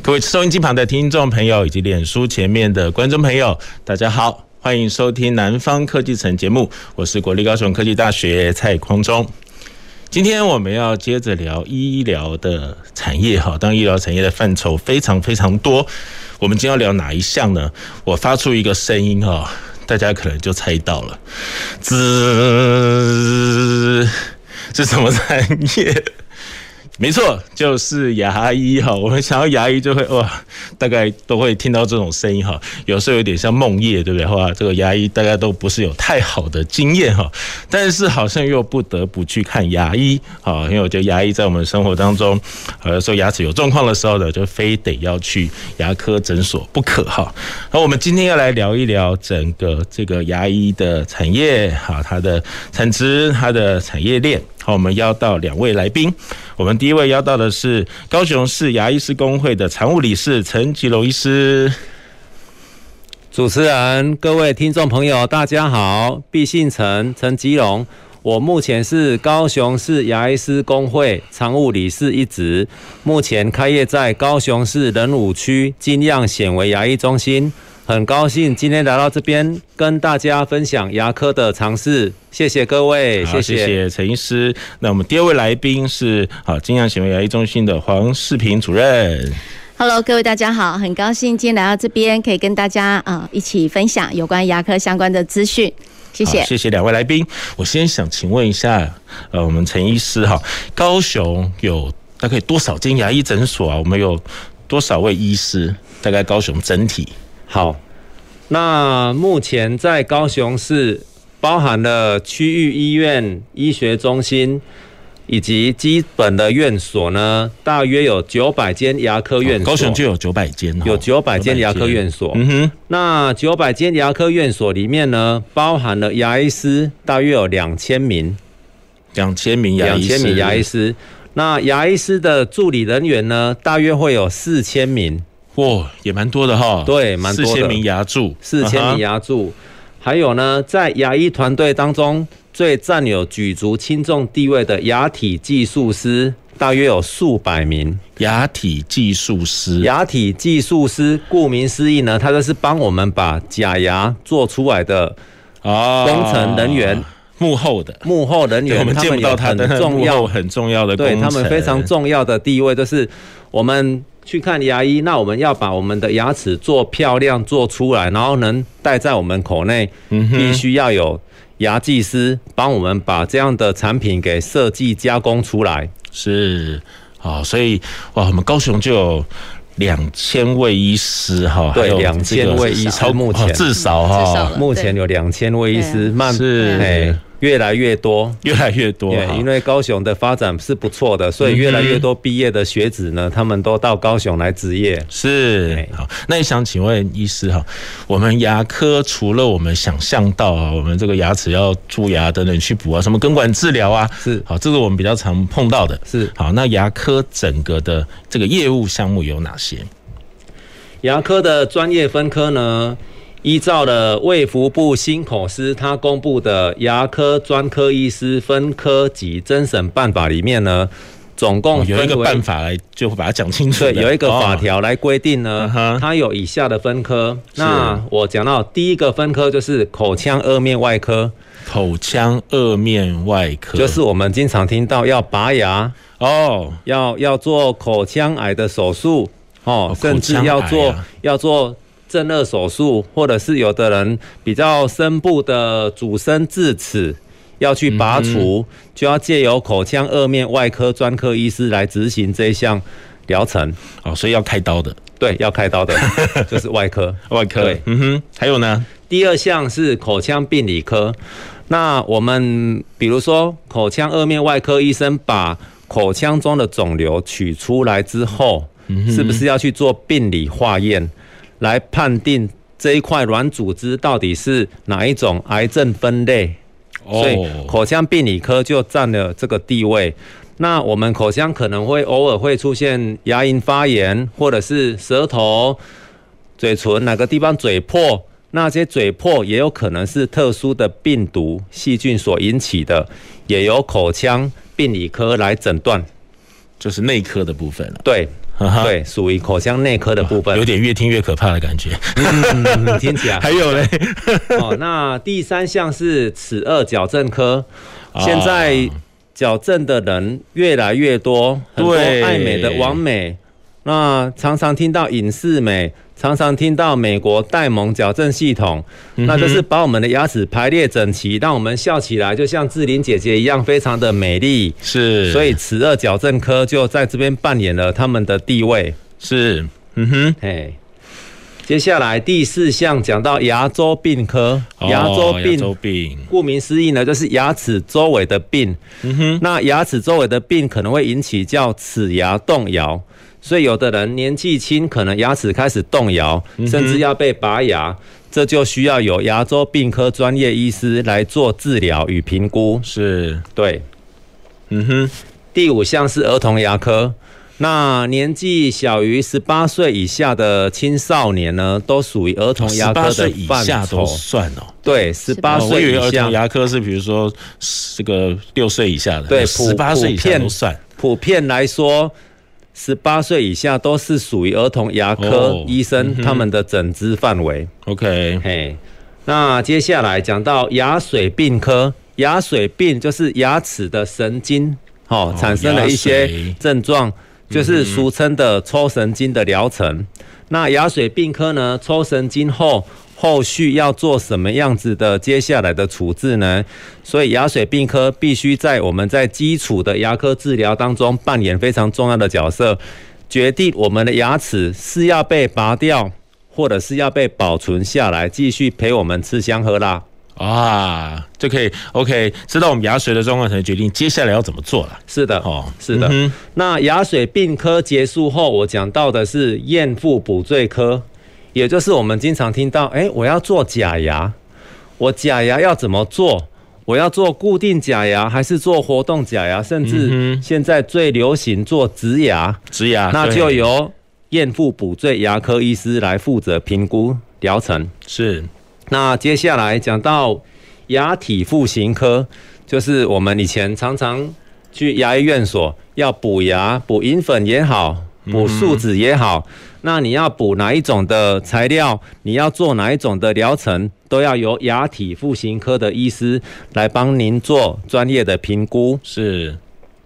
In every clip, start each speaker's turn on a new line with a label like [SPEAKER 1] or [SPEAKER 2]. [SPEAKER 1] 各位收音机旁的听众朋友以及脸书前面的观众朋友，大家好，欢迎收听《南方科技城》节目，我是国立高雄科技大学蔡匡忠。今天我们要接着聊医疗的产业哈，当医疗产业的范畴非常非常多，我们今天要聊哪一项呢？我发出一个声音哈，大家可能就猜到了，滋 是什么产业？没错，就是牙医哈。我们想要牙医就会哇，大概都会听到这种声音哈。有时候有点像梦夜，对不对？哇，这个牙医大家都不是有太好的经验哈，但是好像又不得不去看牙医啊，因为我觉得牙医在我们生活当中，呃，说牙齿有状况的时候呢，就非得要去牙科诊所不可哈。那我们今天要来聊一聊整个这个牙医的产业哈，它的产值、它的产业链。好，我们邀到两位来宾。我们第一位邀到的是高雄市牙医师工会的常务理事陈吉龙医师。
[SPEAKER 2] 主持人、各位听众朋友，大家好，毕姓陈，陈吉龙。我目前是高雄市牙医师工会常务理事一职，目前开业在高雄市仁武区金样显微牙医中心。很高兴今天来到这边跟大家分享牙科的尝试，谢谢各位，
[SPEAKER 1] 好，谢谢陈医师。那我们第二位来宾是好金阳显微牙医中心的黄世平主任。
[SPEAKER 3] Hello，各位大家好，很高兴今天来到这边，可以跟大家啊、呃一起分享有关牙科相关的资讯，谢谢
[SPEAKER 1] 好。谢谢两位来宾。我先想请问一下，呃，我们陈医师哈，高雄有大概多少间牙医诊所啊？我们有多少位医师？大概高雄整体
[SPEAKER 2] 好，那目前在高雄市包含了区域医院、医学中心以及基本的院所呢，大约有九百间牙科院所。
[SPEAKER 1] 哦高雄就有九百间哦，
[SPEAKER 2] 有九百间牙科院所。
[SPEAKER 1] 嗯哼，
[SPEAKER 2] 那九百间牙科院所里面呢，包含了牙医师，大约有两千名，
[SPEAKER 1] 两千名牙
[SPEAKER 2] 两
[SPEAKER 1] 医师，
[SPEAKER 2] 千名牙医师。那牙医师的助理人员呢，大约会有四千名。
[SPEAKER 1] 哇，也蛮多的哈，
[SPEAKER 2] 对蛮多的
[SPEAKER 1] 四千名牙柱，
[SPEAKER 2] 四千
[SPEAKER 1] 啊哈
[SPEAKER 2] 名牙柱，还有呢，在牙医团队当中最占有举足轻重地位的牙体技术师，大约有数百名。
[SPEAKER 1] 牙体技术师，
[SPEAKER 2] 牙体技术师，顾名思义呢，他就是帮我们把假牙做出来的
[SPEAKER 1] 啊
[SPEAKER 2] 工程人员
[SPEAKER 1] 幕后的，
[SPEAKER 2] 幕后人
[SPEAKER 1] 对我
[SPEAKER 2] 员，
[SPEAKER 1] 们见不到他
[SPEAKER 2] 们有
[SPEAKER 1] 的
[SPEAKER 2] 很重
[SPEAKER 1] 幕后
[SPEAKER 2] 要，
[SPEAKER 1] 很重要的工
[SPEAKER 2] 对
[SPEAKER 1] 程，
[SPEAKER 2] 他们非常重要的地位，就是我们。去看牙医，那我们要把我们的牙齿做漂亮、做出来，然后能戴在我们口内，
[SPEAKER 1] 嗯哼
[SPEAKER 2] 必须要有牙技师帮我们把这样的产品给设计加工出来。
[SPEAKER 1] 是啊、哦，所以哇，我们高雄就有。两千位医师哈，
[SPEAKER 2] 对
[SPEAKER 1] 还有
[SPEAKER 2] 2000
[SPEAKER 1] 这个
[SPEAKER 2] 位医师
[SPEAKER 1] 超
[SPEAKER 2] 目前
[SPEAKER 1] 哦至少
[SPEAKER 3] 至少
[SPEAKER 1] 哈
[SPEAKER 3] 了，
[SPEAKER 2] 目前有两千位医
[SPEAKER 3] 对啊
[SPEAKER 2] 师，慢
[SPEAKER 1] 是
[SPEAKER 2] 哎越来越多。
[SPEAKER 1] 越来越多
[SPEAKER 2] 对
[SPEAKER 1] 哈，
[SPEAKER 2] 因为高雄的发展是不错的，
[SPEAKER 1] 嗯
[SPEAKER 2] 所以越来越多毕业的学子呢，他们都到高雄来职业。
[SPEAKER 1] 是
[SPEAKER 2] 对
[SPEAKER 1] 好，那也想请问医师哈，我们牙科除了我们想象到啊，我们这个牙齿要蛀牙等等去补啊，什么根管治疗啊，
[SPEAKER 2] 是
[SPEAKER 1] 好，这个我们比较常碰到的。
[SPEAKER 2] 是
[SPEAKER 1] 好，那牙科整个的这个业务项目有哪些？
[SPEAKER 2] 牙科的专业分科呢，依照了卫福部新口司他公布的《牙科专科医师分科及甄审办法》里面呢，总共
[SPEAKER 1] 哦有一个
[SPEAKER 2] 分为
[SPEAKER 1] 办法来就把它讲清楚的。哦
[SPEAKER 2] 对，有一个法条来规定
[SPEAKER 1] 嗯
[SPEAKER 2] 呢，
[SPEAKER 1] 哼
[SPEAKER 2] 它有以下的分科。
[SPEAKER 1] 是
[SPEAKER 2] 那我讲到第一个分科就是口腔颌面外科，
[SPEAKER 1] 哦口腔颌面外科，
[SPEAKER 2] 就是我们经常听到要拔牙，
[SPEAKER 1] 哦，
[SPEAKER 2] 要要做口腔癌的手术，哦
[SPEAKER 1] 哦，
[SPEAKER 2] 甚至
[SPEAKER 1] 口
[SPEAKER 2] 要
[SPEAKER 1] 腔
[SPEAKER 2] 做、
[SPEAKER 1] 癌啊
[SPEAKER 2] 要做正颌手术，或者是有的人比较深部的阻生智齿。要去拔除，
[SPEAKER 1] 嗯
[SPEAKER 2] 就要借由口腔颌面外科专科医师来执行这一项疗程。
[SPEAKER 1] 哦，所以要开刀的
[SPEAKER 2] 对，要 开刀的就是外科。
[SPEAKER 1] 外科
[SPEAKER 2] 对。
[SPEAKER 1] 嗯哼，还有呢？
[SPEAKER 2] 第二项是口腔病理科。那我们比如说口腔颌面外科医生把口腔中的肿瘤取出来之后，是不是要去做病理化验，来判定这一块软组织到底是哪一种癌症分类？所
[SPEAKER 1] 哦
[SPEAKER 2] 以口腔病理科就占了这个地位。那我们口腔可能会偶尔会出现牙龈发炎，或者是舌头、嘴唇哪个地方嘴破，那些嘴破也有可能是特殊的病毒细菌所引起的，也由口腔病理科来诊断。
[SPEAKER 1] 就是内科的部分了。
[SPEAKER 2] 对，
[SPEAKER 1] 哈哈
[SPEAKER 2] 对，属于口腔内科的部分。
[SPEAKER 1] 有点越听越可怕的感 觉。
[SPEAKER 2] 嗯听起来
[SPEAKER 1] 还有嘞，
[SPEAKER 2] 哦，那第三项是齿颚矫正科，
[SPEAKER 1] 啊
[SPEAKER 2] 现在矫正的人越来越多，很多
[SPEAKER 1] 对
[SPEAKER 2] 爱美的完美，那常常听到隐适美，常常听到美国戴蒙矫正系统，
[SPEAKER 1] 嗯
[SPEAKER 2] 那就是把我们的牙齿排列整齐，让我们笑起来就像志玲姐姐一样，非常的美丽。
[SPEAKER 1] 是，
[SPEAKER 2] 所以齿颚矫正科就在这边扮演了他们的地位。
[SPEAKER 1] 是，嗯哼，
[SPEAKER 2] 哎，接下来第四项讲到牙周病科，
[SPEAKER 1] 哦
[SPEAKER 2] 牙周
[SPEAKER 1] 牙周
[SPEAKER 2] 病。
[SPEAKER 1] 病，
[SPEAKER 2] 顾名思义呢，就是牙齿周围的病。嗯哼，那牙齿周围的病可能会引起叫齿牙动摇，所以有的人年纪轻，可能牙齿开始动摇，
[SPEAKER 1] 嗯
[SPEAKER 2] 甚至要被拔牙，这就需要有牙周病科专业医师来做治疗与评估。
[SPEAKER 1] 是，
[SPEAKER 2] 对，
[SPEAKER 1] 嗯哼，
[SPEAKER 2] 第五项是儿童牙科。那年纪小于十八岁以下的青少年呢，都属于儿童牙
[SPEAKER 1] 十
[SPEAKER 2] 科
[SPEAKER 1] 八
[SPEAKER 2] 的
[SPEAKER 1] 岁以
[SPEAKER 2] 范
[SPEAKER 1] 下
[SPEAKER 2] 畴
[SPEAKER 1] 都。算哦。
[SPEAKER 2] 对，十
[SPEAKER 1] 哦
[SPEAKER 2] 八
[SPEAKER 1] 我以
[SPEAKER 2] 岁
[SPEAKER 1] 为
[SPEAKER 2] 以
[SPEAKER 1] 儿
[SPEAKER 2] 下
[SPEAKER 1] 童，牙科是比如说这个六岁以下的，
[SPEAKER 2] 对
[SPEAKER 1] 十
[SPEAKER 2] 普
[SPEAKER 1] 八岁以
[SPEAKER 2] 普
[SPEAKER 1] 下
[SPEAKER 2] 遍
[SPEAKER 1] 都算。
[SPEAKER 2] 普遍来说，十八岁以下都是属于儿童牙科
[SPEAKER 1] 哦嗯
[SPEAKER 2] 医生他们的诊治范围。
[SPEAKER 1] OK，
[SPEAKER 2] 嘿，那接下来讲到牙水病科，牙水病就是牙齿的神经哦产生了一
[SPEAKER 1] 牙水
[SPEAKER 2] 些症状，就是俗称的抽神经的疗程。那牙水病科呢，抽神经后。后续要做什么样子的接下来的处置呢？所以牙水病科必须在我们在基础的牙科治疗当中扮演非常重要的角色，决定我们的牙齿是要被拔掉，或者是要被保存下来，继续陪我们吃香喝辣。
[SPEAKER 1] 啊，就可以 OK，知道我们牙髓的状况才能决定接下来要怎么做了。
[SPEAKER 2] 是的，
[SPEAKER 1] 哦
[SPEAKER 2] 是的。那牙水病科结束后，我讲到的是验腹补缀科，也就是我们经常听到，哎、我要做假牙，我假牙要怎么做？我要做固定假牙，还是做活动假牙？甚至现在最流行做植牙，
[SPEAKER 1] 植牙，
[SPEAKER 2] 那
[SPEAKER 1] 嗯啊对
[SPEAKER 2] 就由验腹补缀牙科医师来负责评估疗程。
[SPEAKER 1] 是
[SPEAKER 2] 那接下来讲到牙体复形科，就是我们以前常常去牙医院所要补牙，补银粉也好，补树脂也好，那你要补哪一种的材料，你要做哪一种的疗程，都要由牙体复形科的医师来帮您做专业的评估。
[SPEAKER 1] 是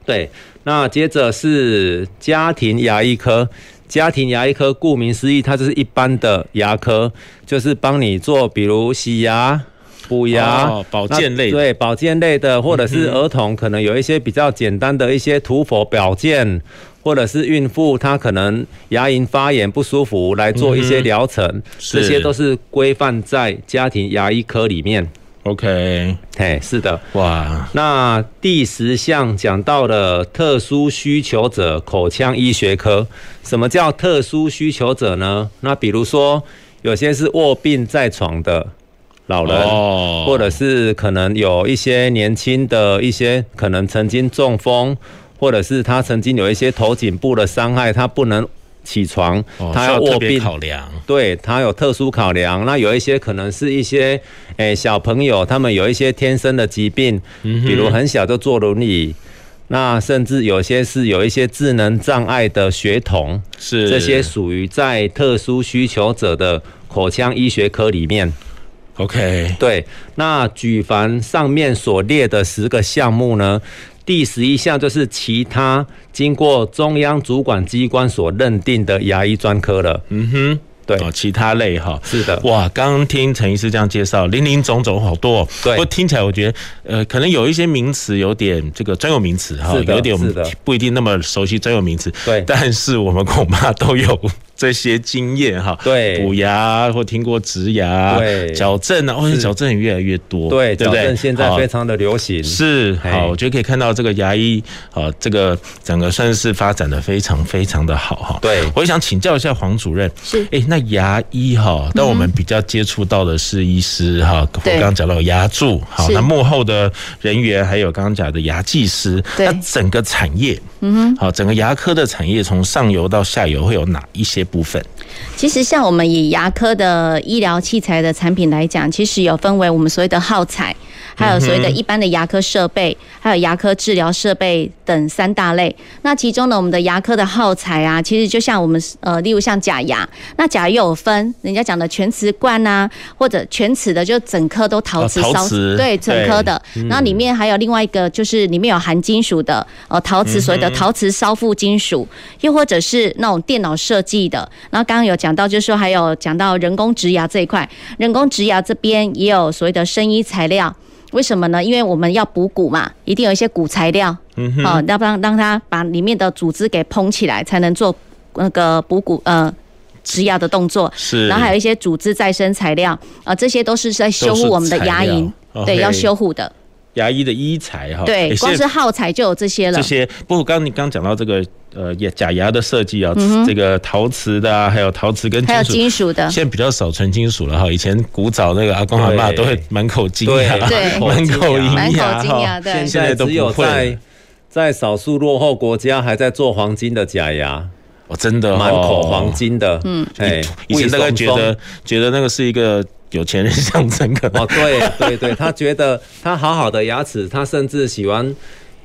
[SPEAKER 2] 对，那接着是家庭牙医科。家庭牙医科顾名思义，它就是一般的牙科，就是帮你做，比如洗牙、补牙、
[SPEAKER 1] 哦保健类的
[SPEAKER 2] 那对保健类的，或者是儿童可能有一些比较简单的一些涂氟保健，或者是孕妇她可能牙龈发炎不舒服来做
[SPEAKER 1] 嗯
[SPEAKER 2] 一些疗程，这
[SPEAKER 1] 是
[SPEAKER 2] 些都是规范在家庭牙医科里面。
[SPEAKER 1] OK，
[SPEAKER 2] 嘿，是的，
[SPEAKER 1] 哇，
[SPEAKER 2] 那第十项讲到了特殊需求者口腔医学科。什么叫特殊需求者呢？那比如说，有些是卧病在床的老人，
[SPEAKER 1] 哦
[SPEAKER 2] 或者是可能有一些年轻的一些可能曾经中风，或者是他曾经有一些头颈部的伤害，他不能起床，
[SPEAKER 1] 哦
[SPEAKER 2] 他
[SPEAKER 1] 是
[SPEAKER 2] 要
[SPEAKER 1] 特
[SPEAKER 2] 卧
[SPEAKER 1] 别
[SPEAKER 2] 病。
[SPEAKER 1] 考量，
[SPEAKER 2] 对他有特殊考量。那有一些可能是一些诶、小朋友，他们有一些天生的疾病，比如很小就坐轮椅。那甚至有些是有一些智能障碍的学童，
[SPEAKER 1] 是
[SPEAKER 2] 这些属于在特殊需求者的口腔医学科里面。
[SPEAKER 1] OK，
[SPEAKER 2] 对，那举凡上面所列的十个项目呢，第十一项就是其他经过中央主管机关所认定的牙医专科了。嗯哼，对，
[SPEAKER 1] 哦，其他类哈。
[SPEAKER 2] 是的。
[SPEAKER 1] 哇，刚刚听陈医师这样介绍，林林总总好多、哦。
[SPEAKER 2] 对
[SPEAKER 1] 不过听起来我觉得，呃，可能有一些名词有点这个专有名词哈，
[SPEAKER 2] 是的
[SPEAKER 1] 有点我
[SPEAKER 2] 是
[SPEAKER 1] 们
[SPEAKER 2] 的
[SPEAKER 1] 不一定那么熟悉专有名词。
[SPEAKER 2] 对
[SPEAKER 1] 但是我们恐怕都有这些经验哈，
[SPEAKER 2] 对
[SPEAKER 1] 补牙或听过植牙，
[SPEAKER 2] 对
[SPEAKER 1] 矫正啊，哦，现在矫正也越来越多，
[SPEAKER 2] 对，
[SPEAKER 1] 对
[SPEAKER 2] 矫
[SPEAKER 1] 不对？
[SPEAKER 2] 正现在
[SPEAKER 1] 好
[SPEAKER 2] 非常的流行，
[SPEAKER 1] 是
[SPEAKER 2] 嗯嘿
[SPEAKER 1] 好，我觉得可以看到这个牙医啊，这个整个算是发展的非常非常的好哈。
[SPEAKER 2] 对
[SPEAKER 1] 我也想请教一下黄主任，
[SPEAKER 3] 是嗯
[SPEAKER 1] 哎，那牙医哈，但我们比较接触到的是医师哈，我
[SPEAKER 3] 对
[SPEAKER 1] 刚刚讲到有牙助，好，
[SPEAKER 3] 是
[SPEAKER 1] 那幕后的人员还有刚刚讲的牙技师，
[SPEAKER 3] 对
[SPEAKER 1] 那整个产业，嗯哼，好，整个牙科的产业从上游到下游会有哪一些部分？
[SPEAKER 3] 其实像我们以牙科的医疗器材的产品来讲，其实有分为我们所谓的耗材，还有所谓的一般的牙科设备，还有牙科治疗设备等三大类。那其中呢，我们的牙科的耗材啊，其实就像我们呃，例如像假牙，那假牙又有分人家讲的全瓷冠啊，或者全瓷的就整颗都陶瓷
[SPEAKER 1] 哦陶
[SPEAKER 3] 烧，
[SPEAKER 1] 瓷嗯
[SPEAKER 3] 对，整颗的。然后里面还有另外一个，就是里面有含金属的，呃，陶
[SPEAKER 1] 嗯
[SPEAKER 3] 瓷所谓的陶瓷烧附金属，又或者是那种电脑设计的。然后刚刚有讲到，就是说还有讲到人工植牙这一块，人工植牙这边也有所谓的生医材料。为什么呢？因为我们要补骨嘛，一定有一些骨材料，嗯哼，哦，要不然让它把里面的组织给膨起来，才能做那个补骨呃植牙的动作。
[SPEAKER 1] 是
[SPEAKER 3] 然后还有一些组织再生材料，呃，这些都是在修
[SPEAKER 1] 都是
[SPEAKER 3] 护我们的牙
[SPEAKER 1] 材料哦
[SPEAKER 3] 龈，对，
[SPEAKER 1] OK
[SPEAKER 3] 要修护的。
[SPEAKER 1] 牙医的医材哈，
[SPEAKER 3] 对
[SPEAKER 1] 诶，现
[SPEAKER 3] 光是
[SPEAKER 1] 在
[SPEAKER 3] 耗材就有这些了
[SPEAKER 1] 这。些，不过刚你刚讲到这个呃也假牙的设计啊，这个陶瓷的啊，还有陶瓷跟
[SPEAKER 3] 嗯还有
[SPEAKER 1] 金
[SPEAKER 3] 金
[SPEAKER 1] 属。
[SPEAKER 3] 属的，
[SPEAKER 1] 现在比较少纯金属了哈，以前古早那个阿公阿嬷
[SPEAKER 2] 对
[SPEAKER 1] 都会满口金牙、
[SPEAKER 3] 对
[SPEAKER 1] 满口银
[SPEAKER 3] 满口
[SPEAKER 1] 牙
[SPEAKER 3] 金牙
[SPEAKER 1] 哈，
[SPEAKER 3] 对
[SPEAKER 2] 现
[SPEAKER 1] 现在
[SPEAKER 2] 在
[SPEAKER 1] 都
[SPEAKER 2] 只
[SPEAKER 1] 不
[SPEAKER 2] 有
[SPEAKER 1] 会了
[SPEAKER 2] 在。在少数落后国家还在做黄金的假牙，
[SPEAKER 1] 哦，真的哦
[SPEAKER 2] 满口黄。金的，嗯，哎
[SPEAKER 1] 以前大概觉。
[SPEAKER 2] 魏松松
[SPEAKER 1] 得觉得那个是一个有钱人象征，可能
[SPEAKER 2] 哦，对对对，他觉得他好好的牙齿，他甚至喜欢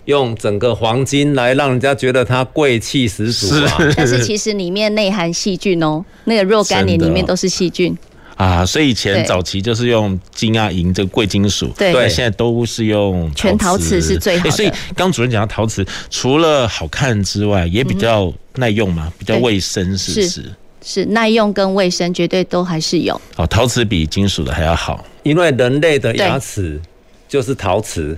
[SPEAKER 2] 用整个黄金来让人家觉得他贵气十足啊。
[SPEAKER 3] 但是其实里面内含细菌哦，那个若干年里面都是细菌。
[SPEAKER 1] 啊，所以以前
[SPEAKER 3] 对
[SPEAKER 1] 早期就是用金啊银这个贵金属，
[SPEAKER 3] 对
[SPEAKER 1] 那现在都是用
[SPEAKER 3] 全陶瓷是最好的
[SPEAKER 1] 诶所以刚主任讲到陶瓷，除了好看之外，也比较耐用嘛，比较
[SPEAKER 3] 嗯对
[SPEAKER 1] 卫生，是不
[SPEAKER 3] 是
[SPEAKER 1] 是？
[SPEAKER 3] 是耐用跟卫生绝对都还是有，
[SPEAKER 1] 哦，陶瓷比金属的还要好。哦
[SPEAKER 2] 因为人类的
[SPEAKER 3] 对
[SPEAKER 2] 牙齿就是陶瓷，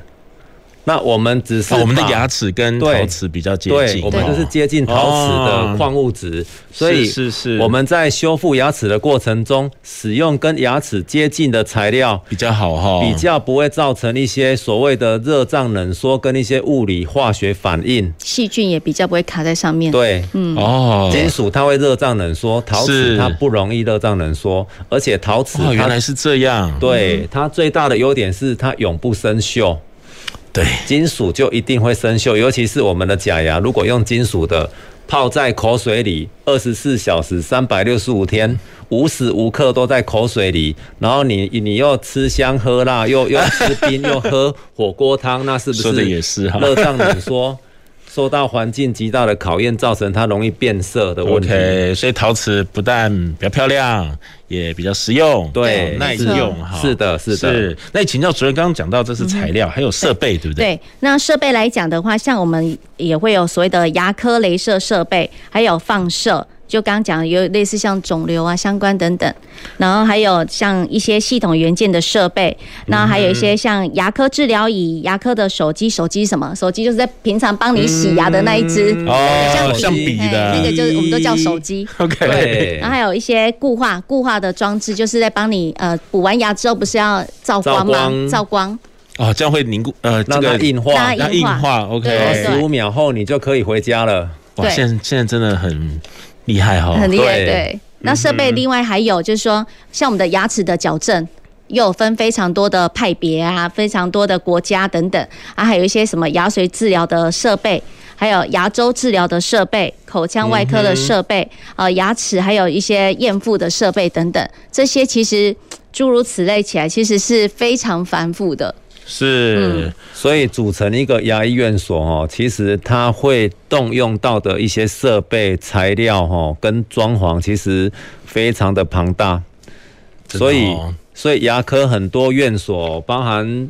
[SPEAKER 2] 那我们只是、
[SPEAKER 1] 哦我们的牙。齿跟
[SPEAKER 2] 对
[SPEAKER 1] 陶瓷比较接
[SPEAKER 2] 对，
[SPEAKER 1] 近，哦
[SPEAKER 2] 我们就是接近陶瓷的矿物质，所以
[SPEAKER 1] 是是
[SPEAKER 2] 我们在修复牙齿的过程中，使用跟牙齿接近的材料，
[SPEAKER 1] 比较好哦哈，
[SPEAKER 2] 比较不会造成一些所谓的热胀冷缩跟一些物理化学反应。
[SPEAKER 3] 细菌也比较不会卡在上面。
[SPEAKER 2] 对，
[SPEAKER 1] 哦。
[SPEAKER 2] 金属它会热胀冷缩，陶瓷
[SPEAKER 1] 是
[SPEAKER 2] 它不容易热胀冷缩，而且陶瓷
[SPEAKER 1] 哦，原
[SPEAKER 2] 它
[SPEAKER 1] 来是这样，
[SPEAKER 2] 对它最大的优点是它永不生锈。
[SPEAKER 1] 对，
[SPEAKER 2] 金属就一定会生锈，尤其是我们的假牙，如果用金属的，泡在口水里二十四小时、三百六十五天，无时无刻都在口水里，然后你你又吃香喝辣，又又吃冰，又喝火锅汤，那是不是
[SPEAKER 1] 说得也是啊哈
[SPEAKER 2] 热胀冷缩，受到环境极大的考验，造成它容易变色的问题。
[SPEAKER 1] OK，所以陶瓷不但比较漂亮，也比较实用，
[SPEAKER 2] 对
[SPEAKER 1] 哦耐
[SPEAKER 2] 是的
[SPEAKER 1] 用哈。
[SPEAKER 2] 是的是的
[SPEAKER 1] 是。那请教主任，刚刚讲到这是材料，还有设备，对不对？
[SPEAKER 3] 对，那设备来讲的话，像我们也会有所谓的牙科镭射设备，还有放射。就刚刚讲有类似像肿瘤啊相关等等，然后还有像一些系统元件的设备，然后还有一些像牙科治疗仪、牙科的手机，手机什么？手机就是在平常帮你洗牙的那一只，
[SPEAKER 1] 哦，
[SPEAKER 2] 像
[SPEAKER 1] 像
[SPEAKER 2] 笔
[SPEAKER 1] 笔
[SPEAKER 3] 嘿哎
[SPEAKER 1] 的
[SPEAKER 3] 那个就是我们都叫手机。
[SPEAKER 1] ，OK，
[SPEAKER 2] 对
[SPEAKER 3] 然，后还有一些固化固化的装置，就是在帮你呃补完牙之后不是要照
[SPEAKER 2] 照
[SPEAKER 3] 光吗
[SPEAKER 2] 光？
[SPEAKER 3] 照光，
[SPEAKER 1] 哦，这样会凝固，呃，这
[SPEAKER 2] 让它
[SPEAKER 1] 个
[SPEAKER 2] 硬化
[SPEAKER 3] 那，
[SPEAKER 1] 让它
[SPEAKER 3] 硬
[SPEAKER 1] 硬
[SPEAKER 3] 化
[SPEAKER 1] 化，OK，
[SPEAKER 3] 对对
[SPEAKER 2] 十五秒后你就可以回家了。
[SPEAKER 1] 哇，
[SPEAKER 3] 对
[SPEAKER 1] 现在现在真的很厉害哈，
[SPEAKER 3] 很厉害。
[SPEAKER 2] 哦对嗯
[SPEAKER 3] 对，那设备另外还有就是说，像我们的牙齿的矫正。又有分非常多的派别啊，非常多的国家等等啊，还有一些什么牙髓治疗的设备，还有牙周治疗的设备、口腔外科的设备，
[SPEAKER 2] 嗯
[SPEAKER 3] 呃，牙齿还有一些验腹的设备等等，这些其实诸如此类起来，其实是非常繁复的。嗯
[SPEAKER 1] 是
[SPEAKER 2] 所以组成一个牙医院所哦，其实它会动用到的一些设备、材料哦，跟装潢其实非常的庞大。
[SPEAKER 1] 真的哦
[SPEAKER 2] 所以，所以牙科很多院所，包含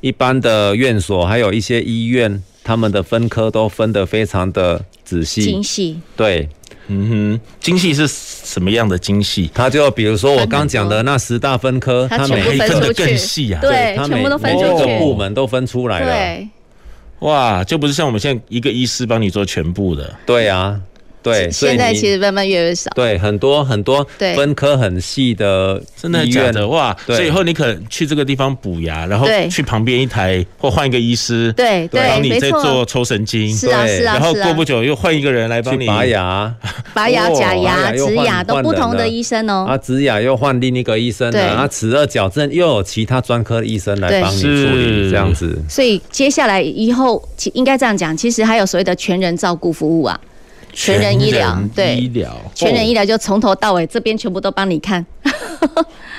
[SPEAKER 2] 一般的院所，还有一些医院，他们的分科都分得非常的仔细
[SPEAKER 3] 精。细，
[SPEAKER 2] 对，
[SPEAKER 1] 嗯哼，精细是什么样的精细？
[SPEAKER 2] 它就比如说我
[SPEAKER 3] 分很多
[SPEAKER 2] 刚讲的那十大分科，
[SPEAKER 3] 它
[SPEAKER 2] 它
[SPEAKER 3] 全部
[SPEAKER 2] 每一
[SPEAKER 1] 哎
[SPEAKER 3] 分
[SPEAKER 1] 分
[SPEAKER 2] 个
[SPEAKER 1] 得
[SPEAKER 3] 出去，
[SPEAKER 1] 更细啊
[SPEAKER 3] 对，
[SPEAKER 2] 它
[SPEAKER 3] 全部都分
[SPEAKER 2] 每
[SPEAKER 3] 出
[SPEAKER 2] 每一个
[SPEAKER 3] 去，
[SPEAKER 2] 部门都分出来了。
[SPEAKER 3] 对
[SPEAKER 1] 哇，就不是像我们现在一个医师帮你做全部的，
[SPEAKER 2] 对啊，对，所以
[SPEAKER 3] 现在
[SPEAKER 2] 你
[SPEAKER 3] 其实慢慢越来越少。
[SPEAKER 2] 对很多很多
[SPEAKER 3] 对
[SPEAKER 2] 分科很细的
[SPEAKER 1] 真的
[SPEAKER 2] 医
[SPEAKER 1] 假
[SPEAKER 2] 院
[SPEAKER 1] 的哇？
[SPEAKER 2] 对
[SPEAKER 1] 所以以后你可能去这个地方补牙，然后
[SPEAKER 3] 对
[SPEAKER 1] 去旁边一台或换一个医师，
[SPEAKER 3] 对对
[SPEAKER 1] 帮你
[SPEAKER 3] 没
[SPEAKER 1] 再
[SPEAKER 3] 错
[SPEAKER 1] 做抽神经，
[SPEAKER 3] 是啊
[SPEAKER 2] 对
[SPEAKER 3] 是啊
[SPEAKER 1] 然后
[SPEAKER 3] 是
[SPEAKER 1] 过
[SPEAKER 3] 啊
[SPEAKER 1] 不，久又换一个人来帮
[SPEAKER 2] 去
[SPEAKER 1] 你
[SPEAKER 2] 拔，牙
[SPEAKER 3] 拔牙、
[SPEAKER 2] 哦
[SPEAKER 3] 假牙、
[SPEAKER 2] 拔牙又
[SPEAKER 3] 植
[SPEAKER 2] 换
[SPEAKER 3] 牙都
[SPEAKER 2] 换
[SPEAKER 3] 不
[SPEAKER 2] 人
[SPEAKER 3] 同的
[SPEAKER 2] 了
[SPEAKER 3] 医生哦。
[SPEAKER 2] 啊，植牙又换另一个医生
[SPEAKER 3] 对
[SPEAKER 2] 了，啊，齿颚矫正又有其他专科的医生来
[SPEAKER 3] 对
[SPEAKER 2] 帮你处
[SPEAKER 1] 是
[SPEAKER 2] 理，这样子。
[SPEAKER 3] 所以接下来以后，其应该这样讲，其实还有所谓的全人照顾服务啊，
[SPEAKER 2] 哦
[SPEAKER 3] 全人医疗，
[SPEAKER 1] 医
[SPEAKER 3] 对，
[SPEAKER 1] 疗，
[SPEAKER 3] 全人医疗就从头到尾这边全部都帮你看，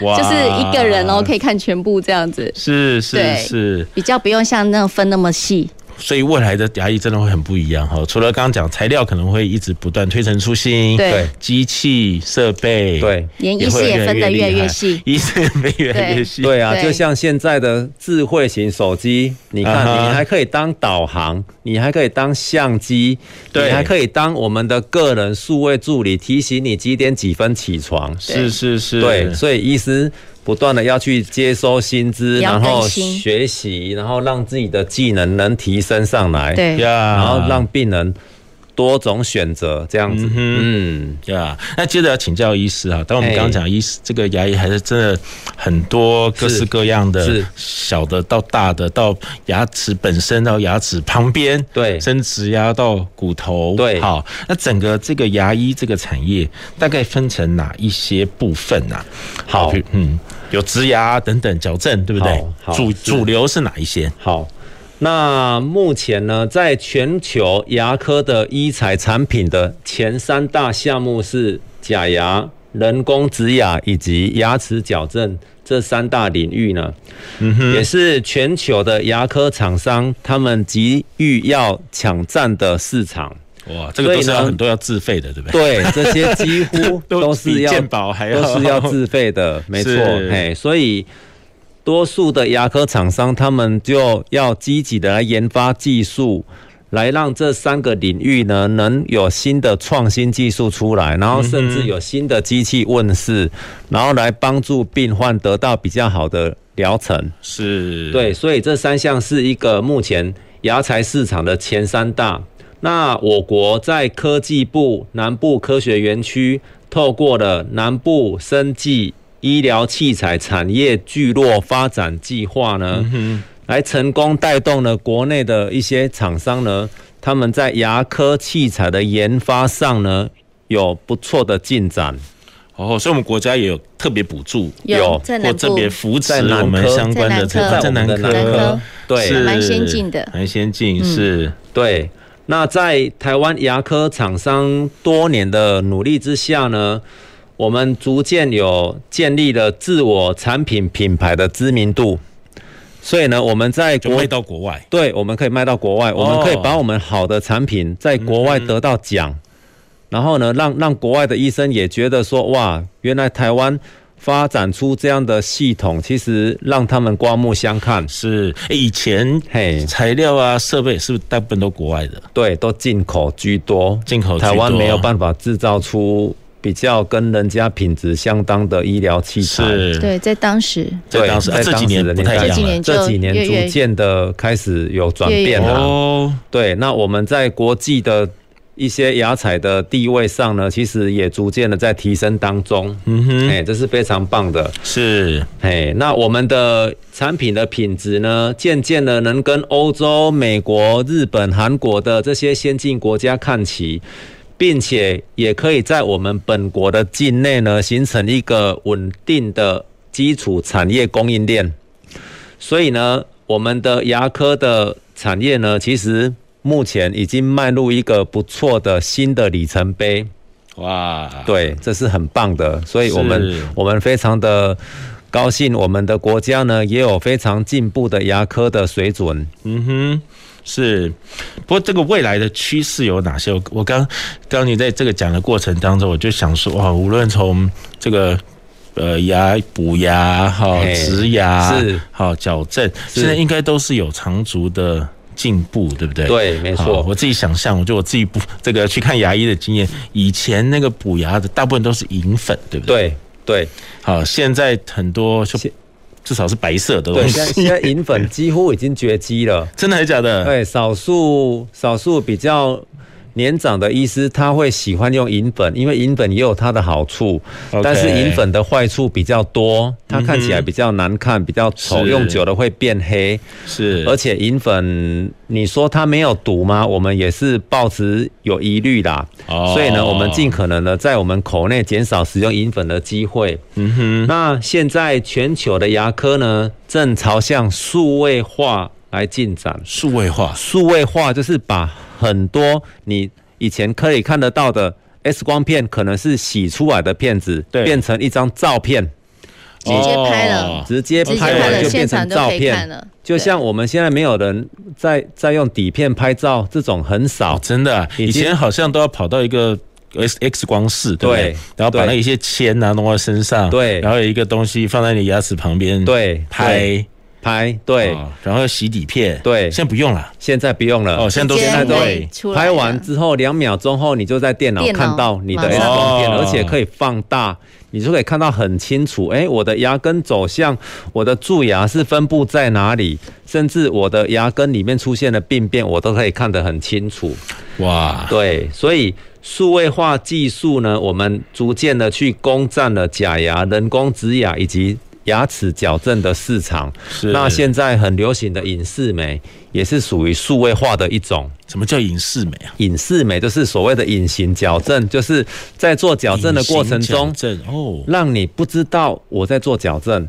[SPEAKER 1] 哇
[SPEAKER 3] 就是一个人哦，可以看全部这样子，
[SPEAKER 1] 是是
[SPEAKER 3] 对
[SPEAKER 1] 是，
[SPEAKER 3] 比较不用像那种分那么细。
[SPEAKER 1] 所以未来的牙医真的会很不一样哈。除了刚刚讲材料可能会一直不断推陈出新，
[SPEAKER 3] 对，
[SPEAKER 1] 机器设备，
[SPEAKER 2] 对
[SPEAKER 3] 连医
[SPEAKER 1] 会
[SPEAKER 3] 师也分得
[SPEAKER 1] 厉
[SPEAKER 3] 越来
[SPEAKER 1] 害
[SPEAKER 3] 越细，
[SPEAKER 1] 医师也分越来越
[SPEAKER 3] 对
[SPEAKER 1] 细，
[SPEAKER 2] 对啊，
[SPEAKER 3] 对
[SPEAKER 2] 就像现在的智慧型手机，你看，
[SPEAKER 1] 啊哈
[SPEAKER 2] 你还可以当导航，你还可以当相机，你
[SPEAKER 1] 对
[SPEAKER 2] 还可以当我们的个人数位助理，提醒你几点几分起床。
[SPEAKER 1] 是是是，
[SPEAKER 2] 对，所以医师不断的要去接收新知，
[SPEAKER 3] 也要
[SPEAKER 2] 然后
[SPEAKER 3] 更新
[SPEAKER 2] 学习，然后让自己的技能能提升上来，，
[SPEAKER 3] 对，
[SPEAKER 1] 呀，
[SPEAKER 2] 然后让病人多种选择，这样子，嗯
[SPEAKER 1] 呀那接着要请教医师啊，当我们
[SPEAKER 2] 哎
[SPEAKER 1] 刚刚讲医师这个牙医还是真的很多各式各样的
[SPEAKER 2] 是，
[SPEAKER 1] 小的到大的，到牙齿本身到牙齿旁边，
[SPEAKER 2] 对
[SPEAKER 1] 生殖牙到骨头，
[SPEAKER 2] 对
[SPEAKER 1] 好，那整个这个牙医这个产业大概分成哪一些部分啊？
[SPEAKER 2] 好
[SPEAKER 1] 比嗯，有植牙等等矫正，对不对
[SPEAKER 2] 好？好
[SPEAKER 1] 主
[SPEAKER 2] 是
[SPEAKER 1] 主流是哪一些？
[SPEAKER 2] 好，那目前呢，在全球牙科的医材产品的前三大项目是假牙、人工植牙以及牙齿矫正这三大领域呢，也是全球的牙科厂商他们急于要抢占的市场。
[SPEAKER 1] 哇，这个都是
[SPEAKER 2] 所以
[SPEAKER 1] 要
[SPEAKER 2] 呢
[SPEAKER 1] 很多要自费的，对不对？
[SPEAKER 2] 对，这些几乎
[SPEAKER 1] 都
[SPEAKER 2] 都
[SPEAKER 1] 比
[SPEAKER 2] 是要
[SPEAKER 1] 健保还要
[SPEAKER 2] 都是要自费的，没错
[SPEAKER 1] 是，
[SPEAKER 2] 嘿，所以。多数的牙科厂商，他们就要积极的来研发技术，来让这三个领域呢能有新的创新技术出来，然后甚至有新的机器问世，然后来帮助病患得到比较好的疗程。
[SPEAKER 1] 是，
[SPEAKER 2] 对，所以这三项是一个目前牙材市场的前三大。那我国在科技部南部科学园区，透过了南部生技医疗器材产业聚落发展计划呢，来成功带动了国内的一些厂商呢，他们在牙科器材的研发上呢，有不错的进展。
[SPEAKER 1] 哦，所以我们国家也有特别补助，
[SPEAKER 2] 有
[SPEAKER 3] 在
[SPEAKER 1] 或
[SPEAKER 3] 南
[SPEAKER 1] 特
[SPEAKER 3] 部
[SPEAKER 1] 别扶持
[SPEAKER 2] 在南科
[SPEAKER 1] 我们相关的
[SPEAKER 3] 在
[SPEAKER 1] 产
[SPEAKER 3] 南科
[SPEAKER 1] 在南
[SPEAKER 2] 在我们的南
[SPEAKER 1] 科
[SPEAKER 2] 科，对
[SPEAKER 1] 是
[SPEAKER 3] 蛮先进的嗯
[SPEAKER 1] 蛮先进是
[SPEAKER 2] 对，那在台湾牙科厂商多年的努力之下呢，我们逐渐有建立了自我产品品牌的知名度，所以呢，我们在
[SPEAKER 1] 就
[SPEAKER 2] 国
[SPEAKER 1] 卖到哦国外，
[SPEAKER 2] 对，我们可以卖到国外，我们可以把我们好的产品在国外得到奖，然后呢，让让国外的医生也觉得说，哇，原来台湾发展出这样的系统，其实让他们刮目相看。
[SPEAKER 1] 是诶以前
[SPEAKER 2] 嘿，
[SPEAKER 1] 材料啊设备是不是大部分都国外的？
[SPEAKER 2] 对，都进口居多，
[SPEAKER 1] 进口居多
[SPEAKER 2] 台湾没有办法制造出比较跟人家品质相当的医疗器材。
[SPEAKER 1] 是，
[SPEAKER 3] 对，在当时
[SPEAKER 1] 在当时啊这几年
[SPEAKER 2] 的
[SPEAKER 1] 不
[SPEAKER 2] 年
[SPEAKER 1] 太一
[SPEAKER 2] 代
[SPEAKER 1] 样了
[SPEAKER 3] 年就
[SPEAKER 2] 这几年
[SPEAKER 3] 越越
[SPEAKER 2] 逐渐的开始有转变
[SPEAKER 3] 越
[SPEAKER 2] 了、
[SPEAKER 1] 哦，
[SPEAKER 2] 对，那我们在国际的一些牙彩的地位上呢，其实也逐渐的在提升当中。嗯哼，哎，这是非常棒的。
[SPEAKER 1] 是
[SPEAKER 2] 哎，那我们的产品的品质呢，渐渐的能跟欧洲、美国、日本、韩国的这些先进国家看齐，并且也可以在我们本国的境内呢，形成一个稳定的基础产业供应链。所以呢，我们的牙科的产业呢，其实目前已经迈入一个不错的新的里程碑。
[SPEAKER 1] 哇，
[SPEAKER 2] 对，这是很棒的，所以我们
[SPEAKER 1] 是
[SPEAKER 2] 我们非常的高兴，我们的国家呢也有非常进步的牙科的水准。
[SPEAKER 1] 嗯哼，是。不过这个未来的趋势有哪些？我我刚刚你在这个讲的过程当中，我就想说，哇，无论从这个。呃，牙补牙好，
[SPEAKER 2] 嘿
[SPEAKER 1] 植牙
[SPEAKER 2] 哎是
[SPEAKER 1] 好，矫正，
[SPEAKER 2] 是
[SPEAKER 1] 现在应该都是有长足的进步，对不对？
[SPEAKER 2] 对，没
[SPEAKER 1] 好
[SPEAKER 2] 错
[SPEAKER 1] 我，自己想象，我就我自己补这个去看牙医的经验，以前那个补牙的大部分都是银粉，对不对？对。
[SPEAKER 2] 对对
[SPEAKER 1] 好，现在很多就
[SPEAKER 2] 现
[SPEAKER 1] 至少是白色的东
[SPEAKER 2] 对，现在现
[SPEAKER 1] 西，
[SPEAKER 2] 在 银粉几乎已经绝迹了，
[SPEAKER 1] 真的还假的？
[SPEAKER 2] 对，少数少数比较年长的医师他会喜欢用银粉，因为银粉也有它的好处
[SPEAKER 1] OK
[SPEAKER 2] 但是银粉的坏处比较多，它看起来比较难看，比较丑，
[SPEAKER 1] 是
[SPEAKER 2] 用久了会变黑。
[SPEAKER 1] 是，
[SPEAKER 2] 而且银粉，你说它没有毒吗？我们也是抱持有疑虑啦。
[SPEAKER 1] 哦
[SPEAKER 2] 所以呢，我们尽可能的在我们口内减少使用银粉的机会。嗯哼。那现在全球的牙科呢，正朝向数位化来进展。
[SPEAKER 1] 数位化
[SPEAKER 2] 数位化就是把很多你以前可以看得到的 X 光片，可能是洗出来的片子，
[SPEAKER 1] 对
[SPEAKER 2] 变成一张照片。
[SPEAKER 3] 直接
[SPEAKER 2] 哦
[SPEAKER 3] 拍了
[SPEAKER 2] 直接
[SPEAKER 3] 直接
[SPEAKER 2] 拍
[SPEAKER 3] 哦拍
[SPEAKER 2] 了
[SPEAKER 3] 了
[SPEAKER 2] 就变
[SPEAKER 3] 现场
[SPEAKER 2] 成
[SPEAKER 3] 都
[SPEAKER 2] 照
[SPEAKER 3] 可以看
[SPEAKER 2] 片
[SPEAKER 3] 了，
[SPEAKER 2] 就像我们现在没有人在在用底片拍照，这种很少
[SPEAKER 1] 哦，。真的啊、
[SPEAKER 2] 已
[SPEAKER 1] 以
[SPEAKER 2] 经
[SPEAKER 1] 前好像都要跑到一个 X X 光室，对不对？
[SPEAKER 2] 对
[SPEAKER 1] 然后把
[SPEAKER 2] 对
[SPEAKER 1] 那一些铅啊弄到身上，
[SPEAKER 2] 对
[SPEAKER 1] 然后有一个东西放在你牙齿旁边，
[SPEAKER 2] 对
[SPEAKER 1] 拍，
[SPEAKER 2] 拍对，
[SPEAKER 1] 哦然后洗底片，
[SPEAKER 2] 对
[SPEAKER 1] 现在不用了，
[SPEAKER 2] 现在不用了。
[SPEAKER 1] 哦，现在都
[SPEAKER 3] 直接
[SPEAKER 1] 是
[SPEAKER 2] 都
[SPEAKER 3] 对出来了
[SPEAKER 2] 拍完之后两秒钟后，你就在电脑
[SPEAKER 3] 电脑
[SPEAKER 2] 看到你的
[SPEAKER 3] 马
[SPEAKER 2] X
[SPEAKER 3] 上
[SPEAKER 2] 光片，
[SPEAKER 1] 哦
[SPEAKER 2] 而且可以放大，你就可以看到很清楚。哎，我的牙根走向，我的蛀牙是分布在哪里，甚至我的牙根里面出现的病变，我都可以看得很清楚。
[SPEAKER 1] 哇，
[SPEAKER 2] 对，所以数位化技术呢，我们逐渐的去攻占了假牙、人工植牙以及牙齿矫正的市场。
[SPEAKER 1] 是
[SPEAKER 2] 那现在很流行的隐适美，也是属于数位化的一种。
[SPEAKER 1] 什么叫影视美啊？
[SPEAKER 2] 隐适美就是所谓的隐形矫正，就是在做矫正哦的过程中
[SPEAKER 1] 隐，形矫正哦，
[SPEAKER 2] 让你不知道我在做矫正，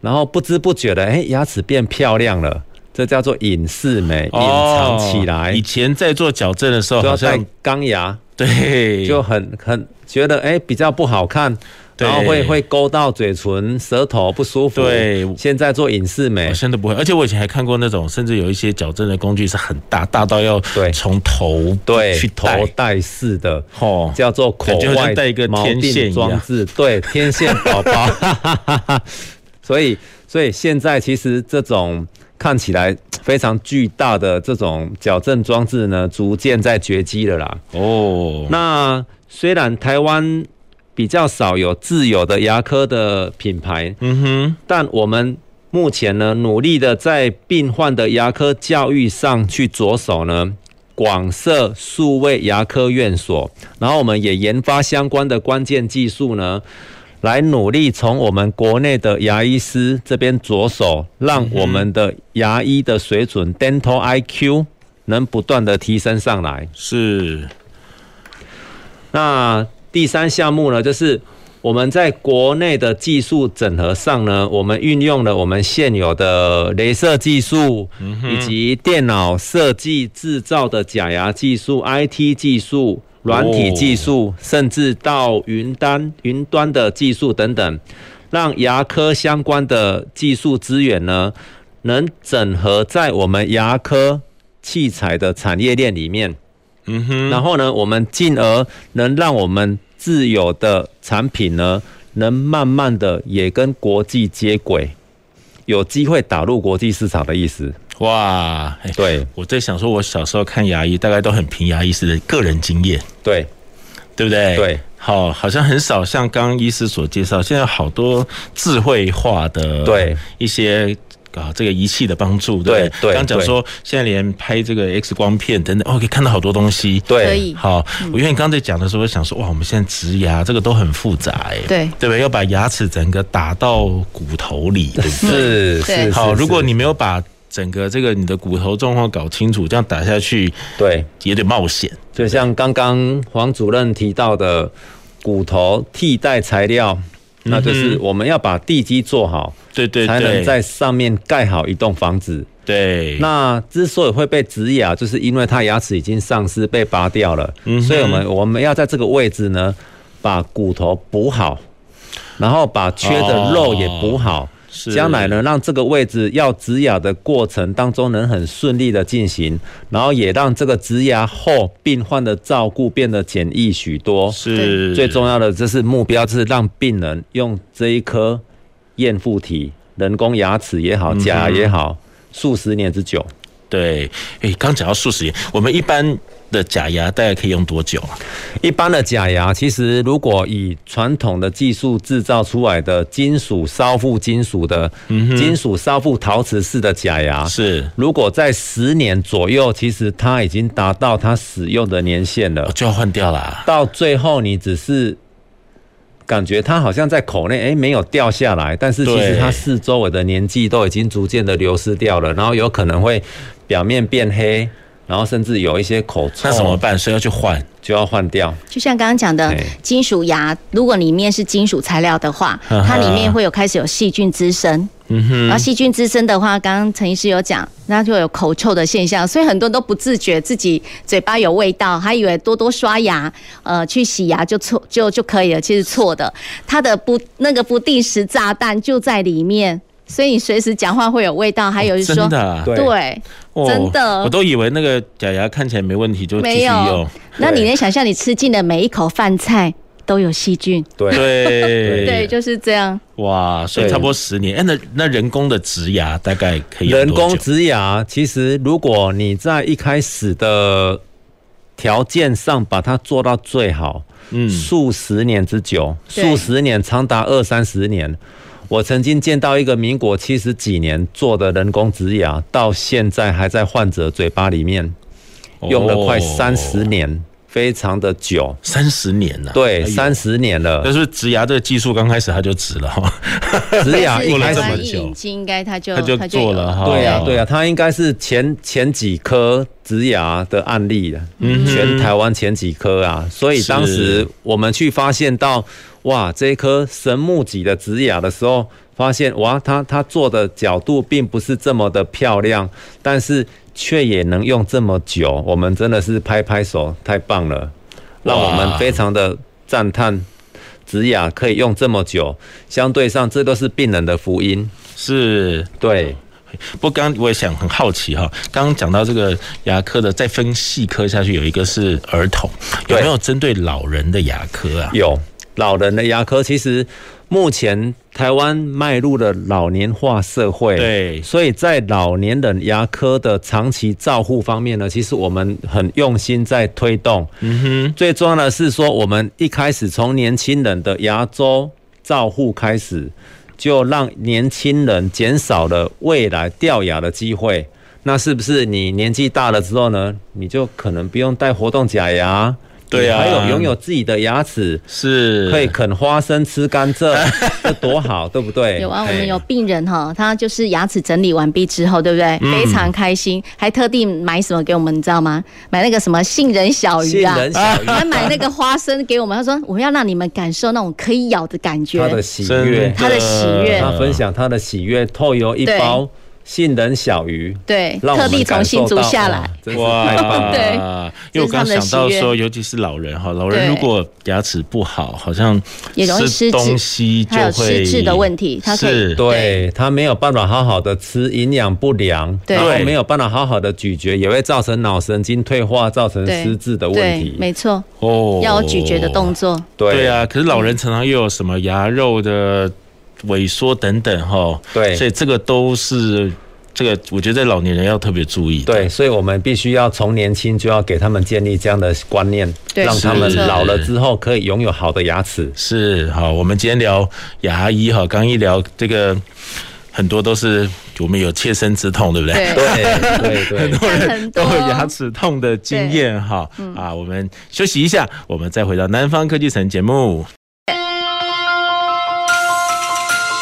[SPEAKER 2] 然后不知不觉的，哎，牙齿变漂亮了，这叫做隐适美，隐藏起
[SPEAKER 1] 哦
[SPEAKER 2] 来
[SPEAKER 1] 以，前在做矫正的时候，
[SPEAKER 2] 就
[SPEAKER 1] 好
[SPEAKER 2] 要戴
[SPEAKER 1] 像
[SPEAKER 2] 钢牙。
[SPEAKER 1] 对，哦
[SPEAKER 2] 就很很觉得哎、比较不好看，
[SPEAKER 1] 对
[SPEAKER 2] 然后会会勾到嘴唇、舌头不舒服。
[SPEAKER 1] 对
[SPEAKER 2] 现在做隐适美
[SPEAKER 1] 好，像都不会。而且我以前还看过那种，甚至有一些矫正的工具是很大，大到要
[SPEAKER 2] 对
[SPEAKER 1] 从头
[SPEAKER 2] 对，
[SPEAKER 1] 去
[SPEAKER 2] 头
[SPEAKER 1] 戴
[SPEAKER 2] 戴式的。
[SPEAKER 1] 哦
[SPEAKER 2] 叫做口
[SPEAKER 1] 感觉好
[SPEAKER 2] 外
[SPEAKER 1] 像戴一个
[SPEAKER 2] 毛
[SPEAKER 1] 天线
[SPEAKER 2] 病
[SPEAKER 1] 一样
[SPEAKER 2] 装置，对天线宝宝， 所以所以现在其实这种看起来非常巨大的这种矫正装置呢，逐渐在绝迹了啦。
[SPEAKER 1] 哦，
[SPEAKER 2] 那虽然台湾比较少有自有的牙科的品牌，
[SPEAKER 1] 嗯哼，
[SPEAKER 2] 但我们目前呢，努力的在病患的牙科教育上去着手呢，广设数位牙科院所，然后我们也研发相关的关键技术呢。来努力从我们国内的牙医师这边着手，让我们的牙医的水准 （dental IQ） 能不断的提升上来。
[SPEAKER 1] 是
[SPEAKER 2] 那第三项目呢，就是我们在国内的技术整合上呢，我们运用了我们现有的镭射技术，以及电脑设计制造的假牙技术、IT 技术、软体技术，甚至到云端云端的技术等等，让牙科相关的技术资源呢，能整合在我们牙科器材的产业链里面。
[SPEAKER 1] 嗯
[SPEAKER 2] 然后呢，我们进而能让我们自有的产品呢，能慢慢的也跟国际接轨，有机会打入国际市场的意思。
[SPEAKER 1] 哇，哎
[SPEAKER 2] 对
[SPEAKER 1] 我在想说，我小时候看牙医，大概都很凭牙医师的个人经验，
[SPEAKER 2] 对
[SPEAKER 1] 对不对？
[SPEAKER 2] 对，
[SPEAKER 1] 好，好像很少像刚刚医师所介绍，现在有好多智慧化的
[SPEAKER 2] 对
[SPEAKER 1] 一些。啊，这个仪器的帮助，对不
[SPEAKER 2] 对对
[SPEAKER 1] 刚讲说现在连拍这个 X 光片等等，哦，可以看到好多东西。
[SPEAKER 3] 可
[SPEAKER 2] 对
[SPEAKER 3] 以
[SPEAKER 1] 好，我因为你刚才讲的时候，我想说，哇，我们现在植牙这个都很复杂、哎，
[SPEAKER 3] 对
[SPEAKER 1] 对不对？要把牙齿整个打到骨头里，对不对
[SPEAKER 2] 是
[SPEAKER 3] 对
[SPEAKER 2] 是
[SPEAKER 1] 好，
[SPEAKER 2] 是
[SPEAKER 1] 如果
[SPEAKER 2] 是
[SPEAKER 1] 你没有把整个这个你的骨头状况搞清楚，这样打下去
[SPEAKER 2] 对，
[SPEAKER 1] 也得冒险。
[SPEAKER 2] 就像刚刚黄主任提到的，骨头替代材料，那就是我们要把地基做好，
[SPEAKER 1] 对嗯对
[SPEAKER 2] 才能
[SPEAKER 1] 对，
[SPEAKER 2] 在上面盖好一栋房子。
[SPEAKER 1] 对
[SPEAKER 2] 那之所以会被植牙，就是因为它牙齿已经丧失被拔掉了，
[SPEAKER 1] 嗯哼
[SPEAKER 2] 所以我们我们要在这个位置呢，把骨头补好，然后把缺的肉也补好。
[SPEAKER 1] 哦是
[SPEAKER 2] 将来呢，让这个位置要植牙的过程当中能很顺利的进行，然后也让这个植牙后病患的照顾变得简易许多。
[SPEAKER 1] 是
[SPEAKER 2] 最重要的，这是目标，就是让病人用这一颗
[SPEAKER 1] 嗯
[SPEAKER 2] 验附体人工牙齿也好，假牙也好，数十年之久。
[SPEAKER 1] 对，诶，刚讲到素食盐，我们一般的假牙大概可以用多久啊？
[SPEAKER 2] 一般的假牙，其实如果以传统的技术制造出来的金属烧附金属的、金属烧附陶瓷式的假牙，
[SPEAKER 1] 嗯是
[SPEAKER 2] 如果在十年左右，其实它已经达到它使用的年限了
[SPEAKER 1] 哦，。就要换掉啦。
[SPEAKER 2] 到最后，你只是感觉它好像在口内，哎、没有掉下来，但是其实
[SPEAKER 1] 对
[SPEAKER 2] 它四周围的年纪都已经逐渐的流失掉了，然后有可能会表面变黑，然后甚至有一些口臭，
[SPEAKER 1] 那怎么办？所以要去换。
[SPEAKER 2] 就要换掉。
[SPEAKER 3] 就像刚刚讲的
[SPEAKER 2] 对
[SPEAKER 3] 金属牙，如果里面是金属材料的话，它里面会有开始有细菌滋生。
[SPEAKER 1] 嗯
[SPEAKER 3] 然后细菌滋生的话，刚刚陈医师有讲，那就有口臭的现象，所以很多人都不自觉自己嘴巴有味道，还以为多多刷牙，呃，去洗牙就错就就可以了，其实错的，它的不那个不定时炸弹就在里面，所以你随时讲话会有味道，还有就是说，
[SPEAKER 1] 真的、啊，哦
[SPEAKER 2] 对
[SPEAKER 3] 对，真的
[SPEAKER 1] 我都以为那个假牙看起来没问题，就继
[SPEAKER 3] 没
[SPEAKER 1] 续用
[SPEAKER 3] 有。那你能想象你吃进的每一口饭菜都有细菌？
[SPEAKER 2] 对。
[SPEAKER 1] 对
[SPEAKER 3] 对，就是这样。
[SPEAKER 1] 哇，所以
[SPEAKER 2] 对
[SPEAKER 1] 差不多十年。哎、那那人工的植牙大概可以有
[SPEAKER 2] 人
[SPEAKER 1] 多久
[SPEAKER 2] 工植牙，其实如果你在一开始的条件上把它做到最好，
[SPEAKER 1] 嗯
[SPEAKER 2] 数十年之久，
[SPEAKER 3] 对
[SPEAKER 2] 数十年长达二三十年。我曾经见到一个民国七十几年做的人工植牙，到现在还在患者嘴巴里面，
[SPEAKER 1] 哦
[SPEAKER 2] 用了快三十年，非常的久。
[SPEAKER 1] 三十年了、哎
[SPEAKER 2] 对，三
[SPEAKER 1] 呦。
[SPEAKER 2] 十年
[SPEAKER 1] 但
[SPEAKER 2] 了，
[SPEAKER 1] 是植牙这个技术刚开始它就植了哈，
[SPEAKER 2] 植牙一
[SPEAKER 1] 哎过了
[SPEAKER 2] 开
[SPEAKER 1] 这
[SPEAKER 2] 始
[SPEAKER 1] 么
[SPEAKER 3] 台湾
[SPEAKER 1] 久
[SPEAKER 3] 引进应该他哦就
[SPEAKER 1] 它 就做了哈。哦
[SPEAKER 2] 对呀、啊对呀、他应该是前前几颗植牙的案例了，全台湾前几颗啊，所以
[SPEAKER 1] 是
[SPEAKER 2] 当时我们去发现到，哇，这一颗神木级的植牙的时候，发现哇，它它做的角度并不是这么的漂亮，但是却也能用这么久，我们真的是拍拍手，太棒了，让我们非常的赞叹。植牙可以用这么久，相对上这都是病人的福音。
[SPEAKER 1] 是。
[SPEAKER 2] 对，
[SPEAKER 1] 不过刚刚我也想很好奇哈，刚刚讲到这个牙科的，再分细科下去，有一个是儿童，有
[SPEAKER 2] 对
[SPEAKER 1] 没有针对老人的牙科啊？
[SPEAKER 2] 有老人的牙科，其实目前台湾迈入了老年化社会，
[SPEAKER 1] 对
[SPEAKER 2] 所以在老年人牙科的长期照护方面呢，其实我们很用心在推动。嗯哼，最重要的是说，我们一开始从年轻人的牙周照护开始，就让年轻人减少了未来掉牙的机会。那是不是你年纪大了之后呢，你就可能不用戴活动假牙？
[SPEAKER 1] 对啊
[SPEAKER 2] 你还有拥有自己的牙齿，
[SPEAKER 1] 是
[SPEAKER 2] 可以啃花生、吃甘蔗，这多好，对不对？
[SPEAKER 3] 有啊，我
[SPEAKER 2] 嘿
[SPEAKER 3] 们有病人哈，他就是牙齿整理完毕之后，对不
[SPEAKER 1] 嗯
[SPEAKER 3] 对？非常开心，还特地买什么给我们，你知道吗？买那个什么杏仁小鱼啊
[SPEAKER 2] 杏仁小鱼，
[SPEAKER 3] 还买那个花生给我们。他说我们要让你们感受那种可以咬的感觉
[SPEAKER 2] 他。的喜
[SPEAKER 1] 真
[SPEAKER 2] 悦，
[SPEAKER 3] 他的喜悦
[SPEAKER 2] 他分享他的喜悦，透由一
[SPEAKER 3] 对
[SPEAKER 2] 包杏仁小鱼，
[SPEAKER 3] 对，
[SPEAKER 2] 让我
[SPEAKER 3] 特
[SPEAKER 2] 们
[SPEAKER 3] 地从
[SPEAKER 2] 感受
[SPEAKER 3] 新竹
[SPEAKER 2] 到
[SPEAKER 3] 下，
[SPEAKER 2] 哇
[SPEAKER 3] 来。
[SPEAKER 1] 哦
[SPEAKER 2] 真是太棒了。
[SPEAKER 3] 对
[SPEAKER 1] 因为我
[SPEAKER 3] 这是他
[SPEAKER 1] 刚
[SPEAKER 3] 们的
[SPEAKER 1] 想到
[SPEAKER 3] 喜悦
[SPEAKER 1] 说，尤其是老人哈，老人
[SPEAKER 3] 对
[SPEAKER 1] 如果牙齿不好，好像
[SPEAKER 3] 也容易
[SPEAKER 1] 吃
[SPEAKER 3] 失智
[SPEAKER 1] 东西就
[SPEAKER 3] 还有
[SPEAKER 1] 会
[SPEAKER 3] 失智的问题它可以
[SPEAKER 1] 是
[SPEAKER 2] 对他没有办法好好的吃，营养不良，
[SPEAKER 3] 对
[SPEAKER 2] 然后没有办法好好的咀嚼，也会造成脑神经退化，造成
[SPEAKER 3] 对
[SPEAKER 2] 失智的问
[SPEAKER 3] 对，
[SPEAKER 2] 题。
[SPEAKER 3] 没错，
[SPEAKER 1] 哦
[SPEAKER 3] 要有咀嚼的动作。
[SPEAKER 2] 对嗯
[SPEAKER 1] 对啊，可是老人常常又有什么牙肉的萎缩等等哈，
[SPEAKER 2] 对
[SPEAKER 1] 所以这个都是这个，我觉得老年人要特别注意的。
[SPEAKER 2] 对，所以我们必须要从年轻就要给他们建立这样的观念，
[SPEAKER 3] 对
[SPEAKER 2] 让他
[SPEAKER 3] 是
[SPEAKER 2] 们
[SPEAKER 3] 没错
[SPEAKER 2] 老了之后可以拥有好的牙齿。
[SPEAKER 1] 是好，我们今天聊牙医哈，刚一聊这个很多都是我们有切身之痛，对不对？
[SPEAKER 3] 对，
[SPEAKER 2] 对对对，
[SPEAKER 3] 看很
[SPEAKER 1] 都
[SPEAKER 3] 多
[SPEAKER 1] 有牙齿痛的经验哈
[SPEAKER 3] 嗯
[SPEAKER 1] 啊！我们休息一下，我们再回到南方科技城节目。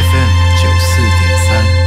[SPEAKER 4] FM 九四点三。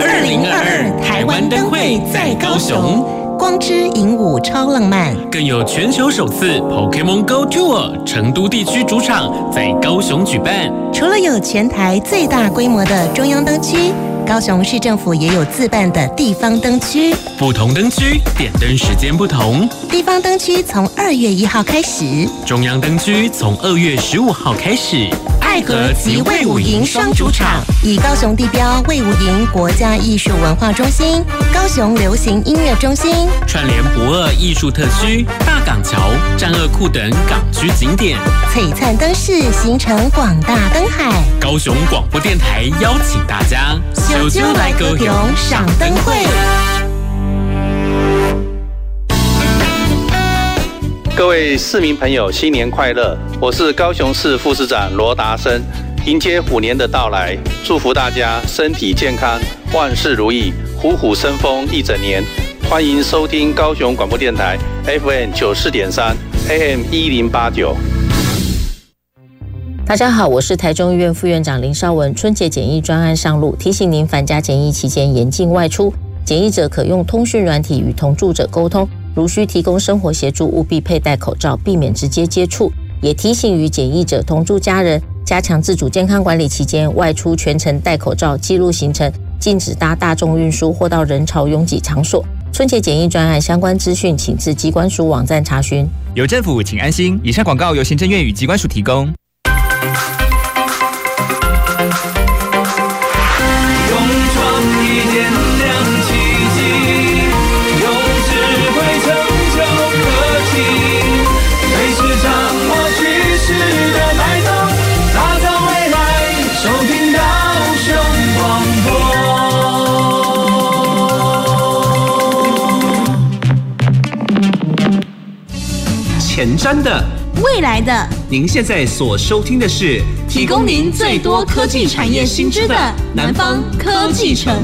[SPEAKER 5] 二零二二台湾灯会在高雄，
[SPEAKER 6] 光之影舞超浪漫，
[SPEAKER 5] 更有全球首次 Pokemon Go Tour 成都地区主场在高雄举办。
[SPEAKER 6] 除了有全台最大规模的中央灯区，高雄市政府也有自办的地方灯区。
[SPEAKER 5] 不同灯区点灯时间不同，
[SPEAKER 6] 地方灯区从二月一号开始，
[SPEAKER 5] 中央灯区从二月十五号开始。
[SPEAKER 6] 爱河及魏武营双主场，以高雄地标魏武营国家艺术文化中心、高雄流行音乐中心、
[SPEAKER 5] 串联不二艺术特区、大港桥、战二库等港区景点。
[SPEAKER 6] 璀璨灯饰，形成广大灯海。
[SPEAKER 5] 高雄广播电台邀请大家，
[SPEAKER 6] 小酒来高雄赏灯会。
[SPEAKER 7] 各位市民朋友，新年快乐！我是高雄市副市长罗达生。迎接虎年的到来，祝福大家身体健康，万事如意，虎虎生风一整年。欢迎收听高雄广播电台 FM 九四点三 AM 一零八九。
[SPEAKER 8] 大家好，我是台中医院副院长林绍文。春节检疫专案上路，提醒您返家检疫期间严禁外出，检疫者可用通讯软体与同住者沟通，如需提供生活协助，务必佩戴口罩，避免直接接触。也提醒与检疫者同住家人，加强自主健康管理期间外出全程戴口罩，记录行程，禁止搭大众运输或到人潮拥挤场所。春节检疫专案相关资讯，请至机关署网站查询。
[SPEAKER 9] 有政府，请安心。以上广告由行政院与机关署提供。
[SPEAKER 4] 勇闯一点亮奇迹，用智慧成就科技，随时掌握趋势的脉动，打造未来。收听高雄广播。
[SPEAKER 10] 前瞻的
[SPEAKER 11] 未来的
[SPEAKER 10] 您现在所收听的是
[SPEAKER 11] 提供您最多科技产业新知的南方科技城。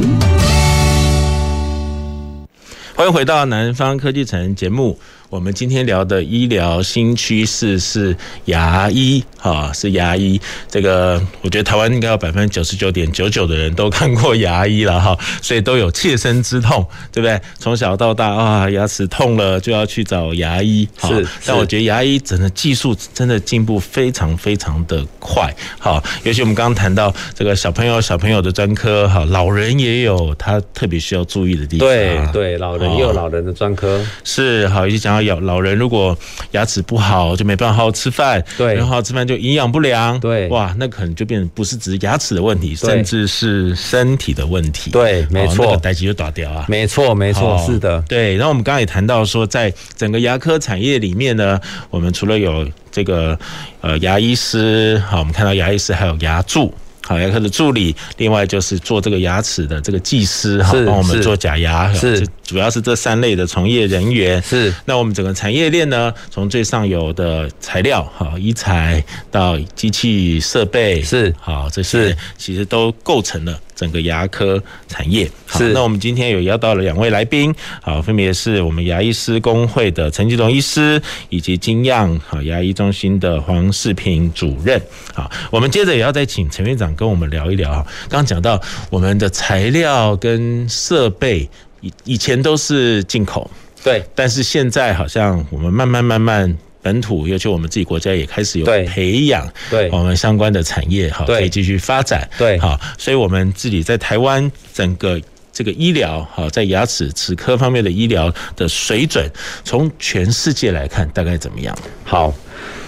[SPEAKER 1] 欢迎回到南方科技城节目。我们今天聊的医疗新趋势是牙医，哈、是牙医。这个我觉得台湾应该有百分之九十九点九九的人都看过牙医了哈，所以都有切身之痛，对不对？从小到大啊，牙齿痛了就要去找牙医。哈
[SPEAKER 2] 是是
[SPEAKER 1] 但我觉得牙医整个技术真的进步非常非常的快，好，尤其我们刚刚谈到这个小朋友小朋友的专科，哈，老人也有他特别需要注意的地方。
[SPEAKER 2] 对对，老人也有
[SPEAKER 1] 哦
[SPEAKER 2] 老人的专科，
[SPEAKER 1] 是好，就讲到老老人如果牙齿不好，就没办法好好吃饭，
[SPEAKER 2] 对
[SPEAKER 1] 然后好好吃饭就营养不良，
[SPEAKER 2] 对
[SPEAKER 1] 哇，那可能就变成不是只是牙齿的问题，
[SPEAKER 2] 对
[SPEAKER 1] 甚至是身体的问题，
[SPEAKER 2] 对
[SPEAKER 1] 哦
[SPEAKER 2] 没错
[SPEAKER 1] 那个代际就打掉啊，
[SPEAKER 2] 没错没错，
[SPEAKER 1] 哦
[SPEAKER 2] 是的，
[SPEAKER 1] 对，然后我们刚刚也谈到说，在整个牙科产业里面呢，我们除了有这个呃牙医师，好，我们看到牙医师还有牙助。好，牙科的助理，另外就是做这个牙齿的这个技师哈
[SPEAKER 2] 是，
[SPEAKER 1] 帮我们
[SPEAKER 2] 是
[SPEAKER 1] 做假牙，
[SPEAKER 2] 是
[SPEAKER 1] 这主要是这三类的从业人员。
[SPEAKER 2] 是
[SPEAKER 1] 那我们整个产业链呢，从最上游的材料哈，医材到机器设备
[SPEAKER 2] 是
[SPEAKER 1] 好，这些
[SPEAKER 2] 是
[SPEAKER 1] 其实都构成了整个牙科产业。好
[SPEAKER 2] 是
[SPEAKER 1] 那我们今天有邀到了两位来宾，好，分别是我们牙医师工会的陈吉龙医师，以及金样好牙医中心的黄世平主任。好，我们接着也要再请陈院长跟我们聊一聊啊。刚刚讲到我们的材料跟设备，以以前都是进口，
[SPEAKER 2] 对
[SPEAKER 1] 但是现在好像我们慢慢慢慢。本土，尤其我们自己国家也开始有
[SPEAKER 2] 对
[SPEAKER 1] 培养哦
[SPEAKER 2] 对
[SPEAKER 1] 我们相关的产业，好，
[SPEAKER 2] 对
[SPEAKER 1] 可以继续发展，
[SPEAKER 2] 对
[SPEAKER 1] 好，所以我们自己在台湾整个这个医疗，好，在牙齿齿科方面的医疗的水准，从全世界来看，大概怎么样？
[SPEAKER 2] 好，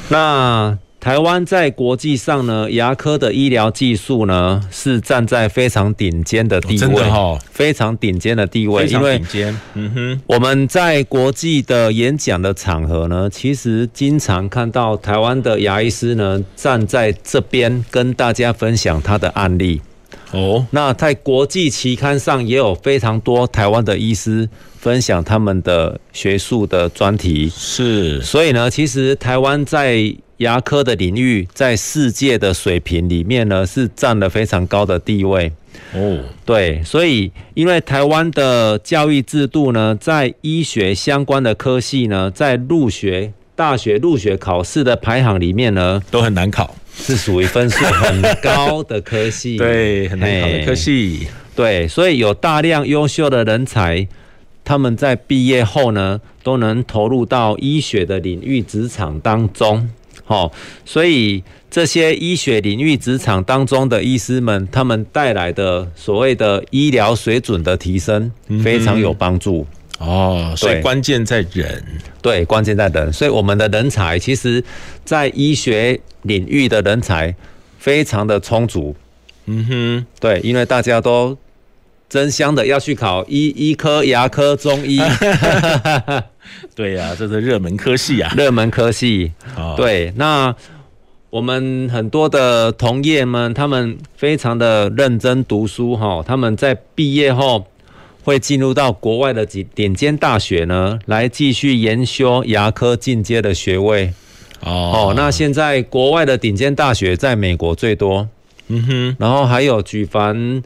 [SPEAKER 2] 那台湾在国际上呢，牙科的医疗技术呢是站在非常顶尖的地
[SPEAKER 1] 哦真
[SPEAKER 2] 位，
[SPEAKER 1] 的哦
[SPEAKER 2] 非常顶尖的地位，
[SPEAKER 1] 非
[SPEAKER 2] 因
[SPEAKER 1] 常
[SPEAKER 2] 为
[SPEAKER 1] 顶尖，嗯哼，
[SPEAKER 2] 我们在国际的演讲的场合呢，其实经常看到台湾的牙医师呢站在这边跟大家分享他的案例。
[SPEAKER 1] 哦，
[SPEAKER 2] 那在国际期刊上也有非常多台湾的医师分享他们的学术的专题。
[SPEAKER 1] 是
[SPEAKER 2] 所以呢，其实台湾在牙科的领域，在世界的水平里面呢，是占了非常高的地位。
[SPEAKER 1] 哦，
[SPEAKER 2] 对，所以因为台湾的教育制度呢，在医学相关的科系呢，在入学大学入学考试的排行里面呢，
[SPEAKER 1] 都很难考，
[SPEAKER 2] 是属于分数很高的科 系，
[SPEAKER 1] 对，很难考的科系。
[SPEAKER 2] 对，所以有大量优秀的人才，他们在毕业后呢，都能投入到医学的领域职场当中。好、所以这些医学领域职场当中的医师们，他们带来的所谓的医疗水准的提升，非常有帮助。
[SPEAKER 1] 哦，所以关键在人，
[SPEAKER 2] 对，关键在人。所以我们的人才，其实在医学领域的人才非常的充足。
[SPEAKER 1] 嗯哼，
[SPEAKER 2] 对，因为大家都争相的要去考医医科、牙科、中医，
[SPEAKER 1] 对呀、这是热门科系啊，
[SPEAKER 2] 热门科系。
[SPEAKER 1] 哦
[SPEAKER 2] 对，那我们很多的同业们，他们非常的认真读书哈，他们在毕业后会进入到国外的几顶尖大学呢，来继续研修牙科进阶的学位。
[SPEAKER 1] 哦
[SPEAKER 2] 那现在国外的顶尖大学在美国最多，
[SPEAKER 1] 嗯哼，
[SPEAKER 2] 然后还有举凡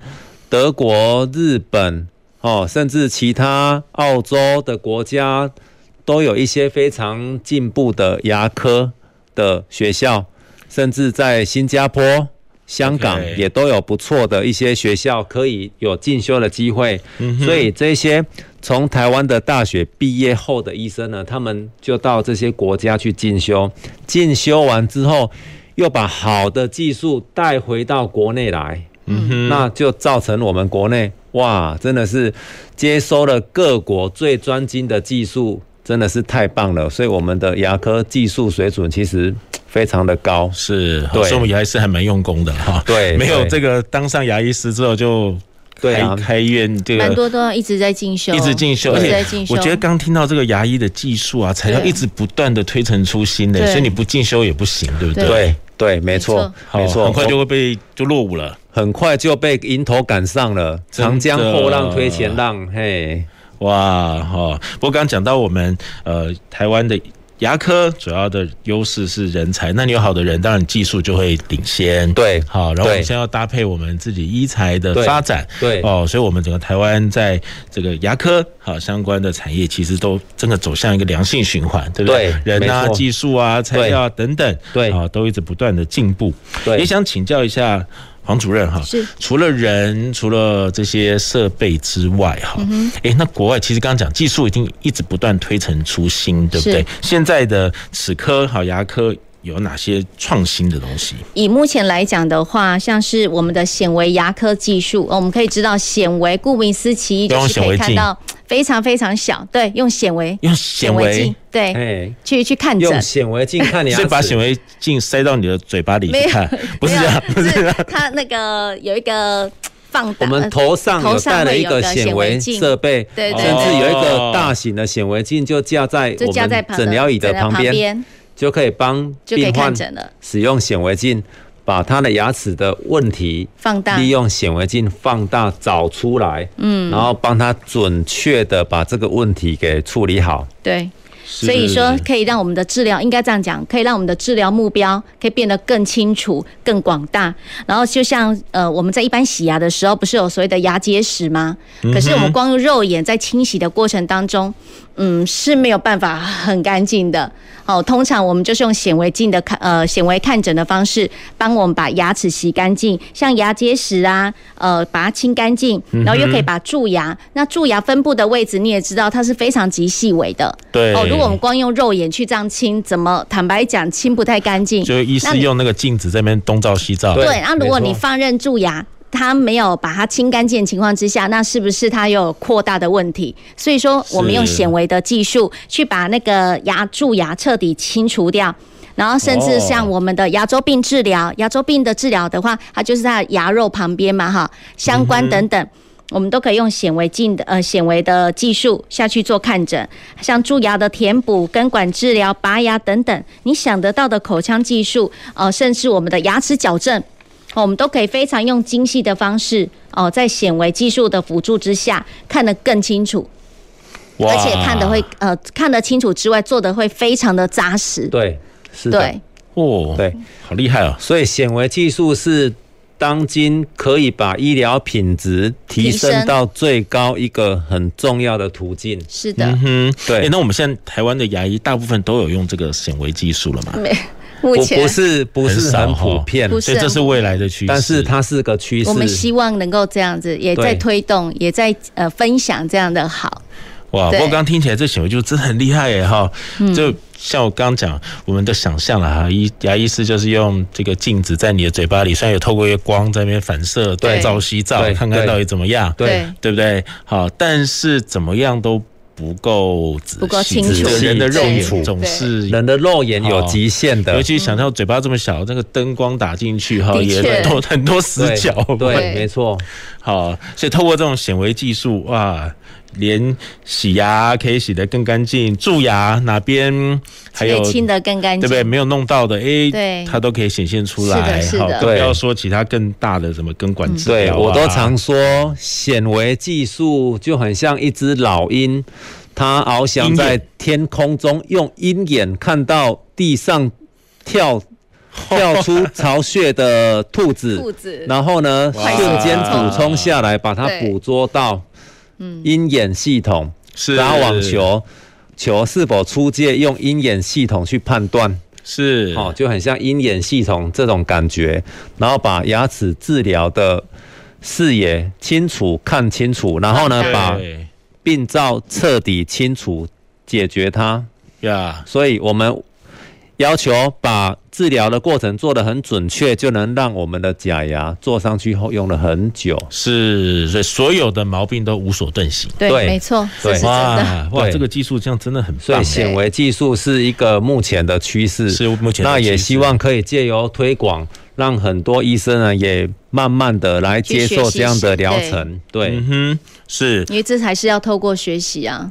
[SPEAKER 2] 德国、日本哦，甚至其他澳洲的国家，都有一些非常进步的牙科的学校，甚至在新加坡、香港
[SPEAKER 1] OK
[SPEAKER 2] 也都有不错的一些学校可以有进修的机会。
[SPEAKER 1] 嗯哼
[SPEAKER 2] 所以这些从台湾的大学毕业后的医生呢，他们就到这些国家去进修，进修完之后，又把好的技术带回到国内来，
[SPEAKER 1] 嗯哼，
[SPEAKER 2] 那就造成我们国内哇，真的是接收了各国最专精的技术，真的是太棒了。所以我们的牙科技术水准其实非常的高，
[SPEAKER 1] 是，
[SPEAKER 2] 对
[SPEAKER 1] 所以我们牙医师还蛮用功的哈。
[SPEAKER 2] 对
[SPEAKER 1] 没有
[SPEAKER 2] 对
[SPEAKER 1] 这个当上牙医师之后就
[SPEAKER 2] 对
[SPEAKER 1] 开
[SPEAKER 2] 啊
[SPEAKER 1] 开院这
[SPEAKER 3] 蛮
[SPEAKER 1] 个。
[SPEAKER 3] 多都一直在进修，
[SPEAKER 1] 一直进修，而
[SPEAKER 3] 一直
[SPEAKER 1] 且
[SPEAKER 3] 在进修。
[SPEAKER 1] 我觉得刚听到这个牙医的技术啊，才要
[SPEAKER 3] 对
[SPEAKER 1] 一直不断的推陈出新的，
[SPEAKER 3] 对
[SPEAKER 1] 所以你不进修也不行，对不对？
[SPEAKER 2] 对对，没
[SPEAKER 3] 错
[SPEAKER 2] 错，
[SPEAKER 1] 好
[SPEAKER 2] 没错，
[SPEAKER 1] 很快就会被就落伍了。
[SPEAKER 2] 很快就被迎头赶上了，
[SPEAKER 1] 真的
[SPEAKER 2] 长江后浪推前浪，嘿，
[SPEAKER 1] 哇哈、不过刚刚讲到我们呃台湾的牙科主要的优势是人才，那你有好的人，当然技术就会领先。
[SPEAKER 2] 对
[SPEAKER 1] 好，然后我们
[SPEAKER 2] 对
[SPEAKER 1] 现在要搭配我们自己医材的
[SPEAKER 2] 对
[SPEAKER 1] 发展，
[SPEAKER 2] 对
[SPEAKER 1] 哦，所以我们整个台湾在这个牙科好、相关的产业，其实都真的走向一个良性循环，对不对？
[SPEAKER 2] 对
[SPEAKER 1] 人啊、
[SPEAKER 2] 没错
[SPEAKER 1] 技术啊、材料啊等等，
[SPEAKER 2] 对
[SPEAKER 1] 啊、都一直不断的进步。
[SPEAKER 2] 对
[SPEAKER 1] 也想请教一下黄主任哈，
[SPEAKER 3] 是
[SPEAKER 1] 除了人，除了这些设备之外
[SPEAKER 3] 嗯
[SPEAKER 1] 哈，诶，那国外其实刚刚讲技术已经一直不断推陈出新，对不对
[SPEAKER 3] 是？
[SPEAKER 1] 现在的齿科好牙科有哪些创新的东西？
[SPEAKER 3] 以目前来讲的话，像是我们的显微牙科技术，哦我们可以知道显微，顾名思义
[SPEAKER 1] 要
[SPEAKER 3] 就
[SPEAKER 1] 用
[SPEAKER 3] 是可
[SPEAKER 1] 显微
[SPEAKER 3] 以看
[SPEAKER 1] 镜
[SPEAKER 3] 到非常非常小，对，用显微
[SPEAKER 1] 用显微
[SPEAKER 3] 镜，，对，
[SPEAKER 2] 嘿，
[SPEAKER 3] 去去看诊
[SPEAKER 2] 用。显微镜 看牙
[SPEAKER 1] 所以
[SPEAKER 2] 齿，
[SPEAKER 1] 把显微镜塞到你的嘴巴里
[SPEAKER 3] 没
[SPEAKER 1] 去
[SPEAKER 3] 有
[SPEAKER 1] 看， 不
[SPEAKER 2] 啊
[SPEAKER 1] 是这样，不是这
[SPEAKER 3] 是
[SPEAKER 1] 样。
[SPEAKER 3] 它那个有一个放
[SPEAKER 2] 我
[SPEAKER 3] 大，呃
[SPEAKER 2] 们头上
[SPEAKER 3] 头
[SPEAKER 2] 有
[SPEAKER 3] 上
[SPEAKER 2] 带了
[SPEAKER 3] 会
[SPEAKER 2] 一
[SPEAKER 3] 有
[SPEAKER 2] 个
[SPEAKER 3] 个
[SPEAKER 2] 显
[SPEAKER 3] 显
[SPEAKER 2] 微
[SPEAKER 3] 微镜
[SPEAKER 2] 设备，
[SPEAKER 3] 对对
[SPEAKER 2] 甚至有一
[SPEAKER 1] 哦
[SPEAKER 2] 个大型的显微镜就架在
[SPEAKER 3] 就
[SPEAKER 2] 我
[SPEAKER 3] 架在
[SPEAKER 2] 们
[SPEAKER 3] 旁
[SPEAKER 2] 诊疗椅的
[SPEAKER 3] 诊疗
[SPEAKER 2] 旁
[SPEAKER 3] 旁
[SPEAKER 2] 边，
[SPEAKER 3] 边，
[SPEAKER 2] 就可以帮
[SPEAKER 3] 就可以
[SPEAKER 2] 病
[SPEAKER 3] 看
[SPEAKER 2] 患
[SPEAKER 3] 诊了，
[SPEAKER 2] 使用显微镜把他的牙齿的问题
[SPEAKER 3] 放大
[SPEAKER 2] 利用显微镜放大找出来，嗯，然后帮他准确的把这个问题给处理好。
[SPEAKER 3] 对。所以说，可以让我们的治疗，应该这样讲，可以让我们的治疗目标可以变得更清楚、更广大。然后，就像呃，我们在一般洗牙的时候，不是有所谓的牙结石吗？可是我们光用肉眼在清洗的过程当中，嗯，是没有办法很干净的。哦，通常我们就是用显微镜的看呃显微看诊的方式，帮我们把牙齿洗干净，像牙结石啊，呃，把它清干净，然后又可以把蛀牙，那蛀牙分布的位置你也知道，它是非常极细微的。
[SPEAKER 1] 对
[SPEAKER 3] 哦，如果我们光用肉眼去这样清，怎么坦白讲清不太干净？
[SPEAKER 1] 就医
[SPEAKER 3] 那
[SPEAKER 1] 师
[SPEAKER 3] 你
[SPEAKER 1] 用那个镜子在那边东照西照，
[SPEAKER 3] 对，
[SPEAKER 2] 对
[SPEAKER 3] 那如果
[SPEAKER 2] 没错
[SPEAKER 3] 你放任蛀牙。它没有把它清干净的情况之下，那是不是它有扩大的问题？所以说，我们用显微的技术去把那个牙蛀牙彻底清除掉，然后甚
[SPEAKER 2] 哦
[SPEAKER 3] 至像我们的牙周病治疗，牙周病的治疗的话，它就是在牙肉旁边嘛，哈，相关等等。我们都可以用显微镜的呃显微的技术下去做看诊，像蛀牙的填补、根管治疗、拔牙等等，你想得到的口腔技术，呃，甚至我们的牙齿矫正，哦我们都可以非常用精细的方式哦，在显微技术的辅助之下，看得更清楚，
[SPEAKER 1] 哇
[SPEAKER 3] 而且看得会呃看得清楚之外，做的会非常的扎实。
[SPEAKER 2] 对，是的，
[SPEAKER 3] 对，
[SPEAKER 1] 哦，
[SPEAKER 2] 对，
[SPEAKER 1] 好厉害哦。
[SPEAKER 2] 所以显微技术是当今可以把医疗品质提
[SPEAKER 3] 提
[SPEAKER 2] 升
[SPEAKER 3] 升
[SPEAKER 2] 到最高一个很重要的途径。
[SPEAKER 3] 是的，
[SPEAKER 1] 嗯，
[SPEAKER 2] 对
[SPEAKER 1] 诶那我们现在台湾的牙医大部分都有用这个显微技术了嘛？
[SPEAKER 3] 没目
[SPEAKER 2] 不
[SPEAKER 3] 前
[SPEAKER 2] 不是不是很普遍，
[SPEAKER 3] 不是所以这是
[SPEAKER 1] 未来的趋势
[SPEAKER 2] 但是它是个趋势。
[SPEAKER 3] 我们希望能够这样子，也在
[SPEAKER 2] 对
[SPEAKER 3] 推动，也在呃分享这样的好。
[SPEAKER 1] 哇，
[SPEAKER 3] 对
[SPEAKER 1] 我刚听起来这行为就真的很厉害耶哈
[SPEAKER 3] 嗯！
[SPEAKER 1] 就像我刚讲，我们的想象啦哈，医牙医师就是用这个镜子在你的嘴巴里，虽然有透过一个光在那边反射，
[SPEAKER 2] 对
[SPEAKER 1] 东照西照
[SPEAKER 2] 对，
[SPEAKER 1] 看看
[SPEAKER 2] 对
[SPEAKER 1] 到底怎么样，
[SPEAKER 2] 对
[SPEAKER 1] 对不对？好，但是怎么样都不够仔细，
[SPEAKER 3] 不够清楚
[SPEAKER 1] 这个人的肉
[SPEAKER 3] 对
[SPEAKER 1] 眼总
[SPEAKER 3] 对
[SPEAKER 1] 是
[SPEAKER 2] 人的肉眼有极限的
[SPEAKER 1] 尤其想到嘴巴这么小，那个灯光打进去哈，
[SPEAKER 3] 的
[SPEAKER 1] 也
[SPEAKER 3] 确
[SPEAKER 1] 很多很多死角，
[SPEAKER 2] 对，
[SPEAKER 3] 对
[SPEAKER 2] 没错，
[SPEAKER 1] 好，所以透过这种显微技术，哇，连洗牙可以洗得更干净，蛀牙哪边还有
[SPEAKER 3] 可以清得更干
[SPEAKER 1] 对
[SPEAKER 3] 净，
[SPEAKER 1] 不对？没有弄到的，哎、
[SPEAKER 3] 对
[SPEAKER 1] 它都可以显现出来。
[SPEAKER 3] 是的是的
[SPEAKER 1] 更不
[SPEAKER 2] 对
[SPEAKER 1] 要说其他更大的什么根管治
[SPEAKER 2] 对
[SPEAKER 1] 疗啊、
[SPEAKER 2] 我都常说，显微技术就很像一只老鹰，它翱翔在天空中，用鹰眼看到地上跳。跳出巢穴的兔子，
[SPEAKER 3] 兔子
[SPEAKER 2] 然后呢，
[SPEAKER 1] 哇
[SPEAKER 2] 瞬间补充下来，把它
[SPEAKER 3] 对
[SPEAKER 2] 捕捉到鹰眼系统。
[SPEAKER 1] 是
[SPEAKER 2] 打网球，球是否出界，用鹰眼系统去判断。
[SPEAKER 1] 是
[SPEAKER 2] 哦，就很像鹰眼系统这种感觉，然后把牙齿治疗的视野清楚看清楚，然后呢
[SPEAKER 1] 对
[SPEAKER 2] 把病灶彻底清楚解决它。
[SPEAKER 1] 呀
[SPEAKER 2] 所以我们要求把治疗的过程做得很准确，就能让我们的假牙做上去后用了很久。
[SPEAKER 1] 是，所以所有的毛病都无所遁形。
[SPEAKER 3] 对
[SPEAKER 2] 对
[SPEAKER 3] 没错，这
[SPEAKER 2] 对
[SPEAKER 3] 是真的。
[SPEAKER 1] 哇哇，
[SPEAKER 2] 对
[SPEAKER 1] 这个技术这样真的很
[SPEAKER 2] 所
[SPEAKER 1] 棒哎
[SPEAKER 2] 以。显微技术是一个目前的趋势，
[SPEAKER 1] 是目前的
[SPEAKER 2] 那也
[SPEAKER 1] 趋势
[SPEAKER 2] 希望可以借由推广，让很多医生呢也慢慢的来接受这样的疗程。对，
[SPEAKER 1] 嗯哼，是
[SPEAKER 3] 因为这还是要透过学习啊，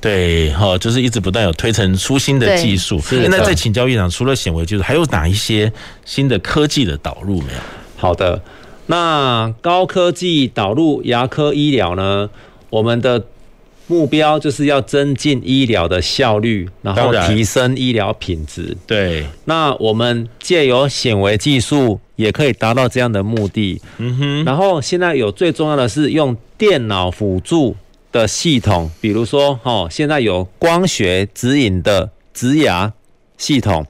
[SPEAKER 1] 对，哈，就是一直不断有推陈出新的
[SPEAKER 3] 对
[SPEAKER 1] 技术。
[SPEAKER 2] 是
[SPEAKER 1] 诶那
[SPEAKER 2] 的
[SPEAKER 1] 再请教院长，除了显微技术，还有哪一些新的科技的导入没有？
[SPEAKER 2] 好的。那高科技导入牙科医疗呢，我们的目标就是要增进医疗的效率，然后
[SPEAKER 1] 当然
[SPEAKER 2] 提升医疗品质。
[SPEAKER 1] 对，
[SPEAKER 2] 那我们借由显微技术也可以达到这样的目的。
[SPEAKER 1] 嗯哼，
[SPEAKER 2] 然后现在有最重要的是用电脑辅助的系统，比如说哦，现在有光学指引的植牙系统，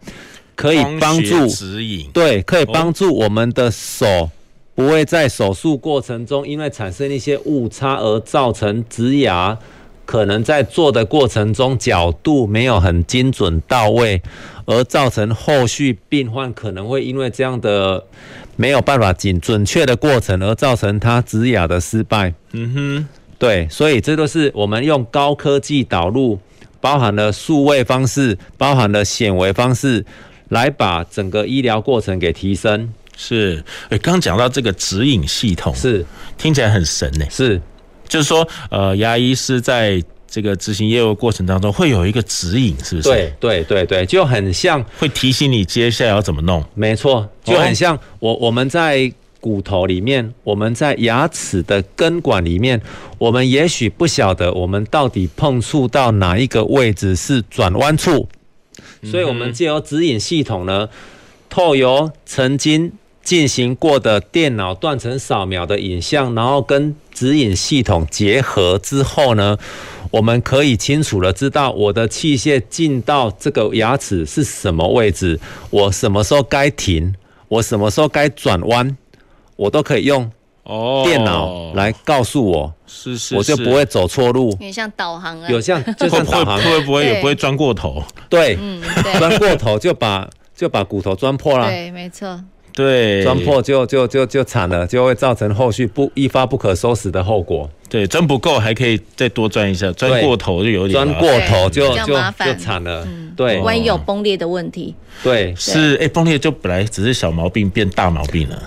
[SPEAKER 2] 可以帮助
[SPEAKER 1] 光学指引，
[SPEAKER 2] 对，可以
[SPEAKER 1] 哦
[SPEAKER 2] 帮助我们的手不会在手术过程中因为产生一些误差而造成植牙可能在做的过程中角度没有很精准到位，而造成后续病患可能会因为这样的没有办法紧准确的过程而造成他植牙的失败。
[SPEAKER 1] 嗯哼，
[SPEAKER 2] 对，所以这都是我们用高科技导入，包含了数位方式，包含了显微方式，来把整个医疗过程给提升。
[SPEAKER 1] 是。诶，刚讲到这个指引系统，
[SPEAKER 2] 是
[SPEAKER 1] 听起来很神呢、
[SPEAKER 2] 是，
[SPEAKER 1] 就是说，呃，牙医师在这个执行业务过程当中会有一个指引，是不是？
[SPEAKER 2] 对，对对对，就很像，
[SPEAKER 1] 会提醒你接下来要怎么弄。
[SPEAKER 2] 没错，就很像我我们在。骨头里面，我们在牙齿的根管里面，我们也许不晓得我们到底碰触到哪一个位置是转弯处，所以我们借由指引系统呢，透由曾经进行过的电脑断层扫描的影像，然后跟指引系统结合之后呢，我们可以清楚的知道我的器械进到这个牙齿是什么位置，我什么时候该停，我什么时候该转弯，我都可以用
[SPEAKER 1] 哦
[SPEAKER 2] 电脑来告诉我，
[SPEAKER 1] 是是，
[SPEAKER 2] 我就是不会走错路
[SPEAKER 3] 有。点像导航啊。
[SPEAKER 2] 有像
[SPEAKER 1] 会
[SPEAKER 2] 就像
[SPEAKER 1] 不
[SPEAKER 2] 导
[SPEAKER 1] 会
[SPEAKER 2] 航，
[SPEAKER 1] 会不会也
[SPEAKER 3] 对
[SPEAKER 1] 不会钻过头？
[SPEAKER 2] 对，
[SPEAKER 3] 嗯，对
[SPEAKER 2] 钻过头就把就把骨头钻破了。
[SPEAKER 3] 对，没错，
[SPEAKER 1] 对，
[SPEAKER 2] 钻破就就就就惨了，就会造成后续不一发不可收拾的后果。
[SPEAKER 1] 对，钻不够还可以再多钻一下，钻
[SPEAKER 2] 对
[SPEAKER 1] 过头就有点
[SPEAKER 2] 钻
[SPEAKER 1] 麻烦
[SPEAKER 2] 过头就
[SPEAKER 3] 比较
[SPEAKER 2] 就
[SPEAKER 3] 麻烦嗯
[SPEAKER 2] 就惨了，对
[SPEAKER 3] 万一有崩裂的问题，
[SPEAKER 2] 对，
[SPEAKER 1] 是哎、崩裂就本来只是小毛病变大毛病了，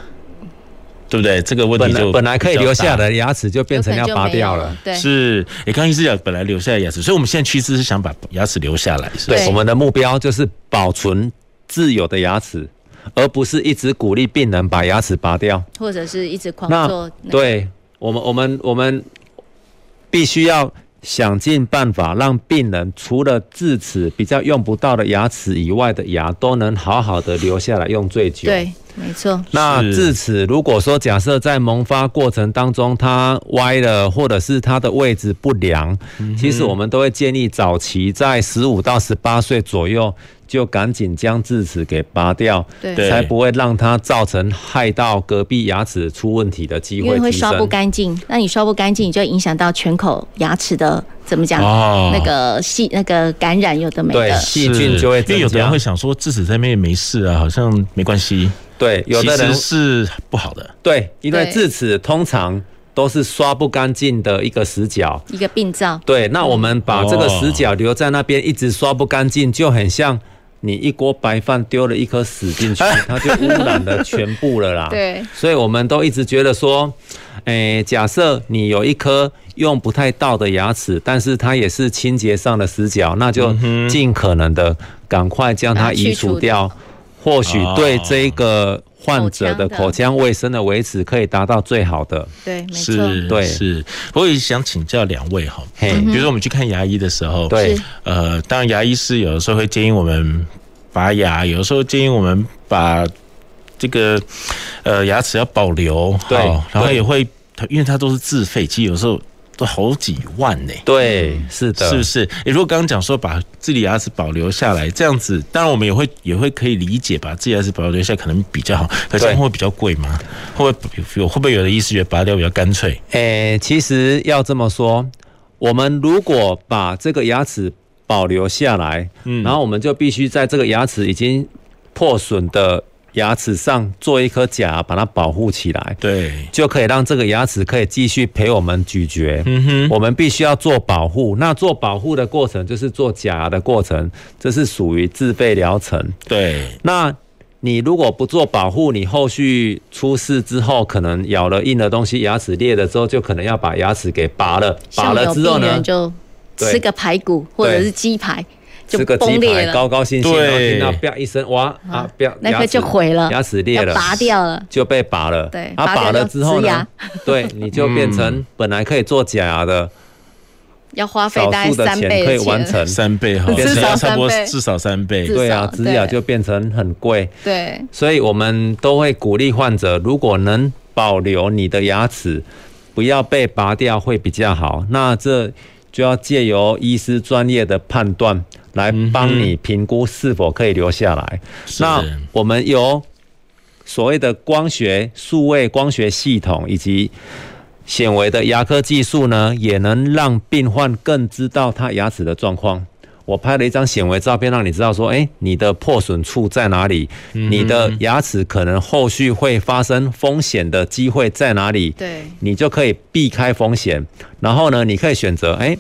[SPEAKER 1] 对不对？这个问
[SPEAKER 2] 本
[SPEAKER 1] 题
[SPEAKER 2] 来
[SPEAKER 1] 就
[SPEAKER 2] 本来可以
[SPEAKER 1] 比较
[SPEAKER 2] 留下
[SPEAKER 1] 大。
[SPEAKER 2] 的牙齿就变成要拔掉
[SPEAKER 3] 有可
[SPEAKER 2] 了
[SPEAKER 3] 能就。没有。对，
[SPEAKER 1] 是，哎，刚医师讲本来留下的牙齿，所以我们现在趋势是想把牙齿留下来，是吧
[SPEAKER 3] 对
[SPEAKER 2] 我们的目标就是保存自有的牙齿，而不是一直鼓励病人把牙齿拔掉。
[SPEAKER 3] 或者是一直狂
[SPEAKER 2] 那
[SPEAKER 3] 哦做。，
[SPEAKER 2] 对我们，我们，我们必须要想尽办法，让病人除了智齿比较用不到的牙齿以外的牙，都能好好的留下来用最久。，
[SPEAKER 3] 对，没错，
[SPEAKER 2] 那
[SPEAKER 1] 是
[SPEAKER 2] 智齿如果说假设在萌发过程当中它歪了，或者是它的位置
[SPEAKER 1] 嗯
[SPEAKER 2] 不良，其实我们都会建议早期在十五到十八岁左右就赶紧将智齿给拔掉，
[SPEAKER 3] 对
[SPEAKER 2] 才不会让它造成害到隔壁牙齿出问题的机
[SPEAKER 3] 因
[SPEAKER 2] 会
[SPEAKER 3] 为会
[SPEAKER 2] 提
[SPEAKER 3] 刷不
[SPEAKER 2] 升。
[SPEAKER 3] 干净，那你刷不干净，你就影响到全口牙齿的怎么讲、
[SPEAKER 1] 哦
[SPEAKER 3] 那个细那个感染有的没的。
[SPEAKER 1] 因为有的人会想说，智齿在那边也没事啊，好像没关系。
[SPEAKER 2] 对有的人
[SPEAKER 1] 其实是不好的。
[SPEAKER 2] 对，因为
[SPEAKER 3] 对
[SPEAKER 2] 智齿通常都是刷不干净的一个死角。
[SPEAKER 3] 一个病灶。
[SPEAKER 2] 对，那我们把这个
[SPEAKER 1] 哦
[SPEAKER 2] 死角留在那边，一直刷不干净，就很像你一锅白饭丢了一颗屎进 去，它就污染了全部了啦。
[SPEAKER 3] 对
[SPEAKER 2] 所以我们都一直觉得说，诶、假设你有一颗用不太到的牙齿，但是它也是清洁上的死角，那就尽可能的赶快将它移除掉，或许对这个患者的口腔卫生的维持可以达到最好的。
[SPEAKER 3] 对，没错。
[SPEAKER 1] 是，
[SPEAKER 2] 对
[SPEAKER 1] 是。不过也想请教两位哈，
[SPEAKER 2] 嘿
[SPEAKER 1] 哎比如说我们去看牙医的时候，
[SPEAKER 2] 嗯对是，
[SPEAKER 1] 呃，当然牙医师有的时候会建议我们拔牙，有的时候建议我们把这个呃牙齿要保留，
[SPEAKER 2] 对
[SPEAKER 1] 好然后
[SPEAKER 2] 对
[SPEAKER 1] 也会，因为它都是自费，其实有时候都好几万呢、
[SPEAKER 2] 对，是的，
[SPEAKER 1] 是不是？你如果刚刚讲说把自己牙齿保留下来，这样子，当然我们也会也会可以理解，把自己牙齿保留下来可能比较好，可是
[SPEAKER 2] 对
[SPEAKER 1] 会不会比较贵吗？会不会有会不会有的医师觉得拔掉比较干脆？
[SPEAKER 2] 诶、其实要这么说，我们如果把这个牙齿保留下来，
[SPEAKER 1] 嗯
[SPEAKER 2] 然后我们就必须在这个牙齿已经破损的牙齿上做一颗假，把它保护起来，
[SPEAKER 1] 对，
[SPEAKER 2] 就可以让这个牙齿可以继续陪我们咀嚼。
[SPEAKER 1] 嗯哼，
[SPEAKER 2] 我们必须要做保护，那做保护的过程就是做假牙的过程，这是属于自费疗程。
[SPEAKER 1] 对，
[SPEAKER 2] 那你如果不做保护，你后续出事之后，可能咬了硬的东西，牙齿裂了之后，就可能要把牙齿给拔了。拔
[SPEAKER 3] 像
[SPEAKER 2] 了
[SPEAKER 3] 有
[SPEAKER 2] 之后
[SPEAKER 3] 病
[SPEAKER 2] 呢
[SPEAKER 3] 人，就
[SPEAKER 2] 对
[SPEAKER 3] 吃个排骨或者是鸡排，就
[SPEAKER 2] 吃个鸡
[SPEAKER 3] 崩裂
[SPEAKER 2] 排，
[SPEAKER 3] 了，
[SPEAKER 2] 高高兴兴，
[SPEAKER 1] 对
[SPEAKER 2] 然后听到“啪”一声，哇啊，啪，
[SPEAKER 3] 那
[SPEAKER 2] 牙
[SPEAKER 3] 颗
[SPEAKER 2] 齿
[SPEAKER 3] 就毁了，
[SPEAKER 2] 牙齿裂了，
[SPEAKER 3] 要拔掉了。
[SPEAKER 2] 就被拔了。
[SPEAKER 3] 对
[SPEAKER 2] 啊，
[SPEAKER 3] 拔掉
[SPEAKER 2] 拔了
[SPEAKER 3] 就
[SPEAKER 2] 之后
[SPEAKER 3] 植
[SPEAKER 2] 呢
[SPEAKER 3] 牙，
[SPEAKER 2] 对，你就变成本来可以做假牙 的，
[SPEAKER 3] 要花费
[SPEAKER 2] 少
[SPEAKER 3] 大概
[SPEAKER 2] 数的
[SPEAKER 3] 三
[SPEAKER 2] 钱
[SPEAKER 3] 倍
[SPEAKER 2] 可以
[SPEAKER 3] 的
[SPEAKER 2] 完
[SPEAKER 3] 钱。
[SPEAKER 2] 成。
[SPEAKER 1] 三倍哈，
[SPEAKER 2] 至少
[SPEAKER 1] 人家差不
[SPEAKER 3] 三
[SPEAKER 1] 多
[SPEAKER 3] 倍
[SPEAKER 1] 至少三倍，
[SPEAKER 3] 至
[SPEAKER 2] 对啊，
[SPEAKER 3] 少
[SPEAKER 2] 植牙
[SPEAKER 3] 对
[SPEAKER 2] 就变成很贵。
[SPEAKER 3] 对，
[SPEAKER 2] 所以我们都会鼓励患者，如果能保留你的牙齿，不要被拔掉会比较好。那这就要借由医师专业的判断来帮你评估是否可以留下来。
[SPEAKER 1] 是
[SPEAKER 2] 那我们由所谓的光学、数位光学系统以及显微的牙科技术呢，也能让病患更知道他牙齿的状况。我拍了一张显微照片，让你知道说，哎、你的破损处在哪里？你的牙齿可能后续会发生风险的机会在哪里？
[SPEAKER 3] 对，
[SPEAKER 2] 你就可以避开风险。然后呢，你可以选择，哎、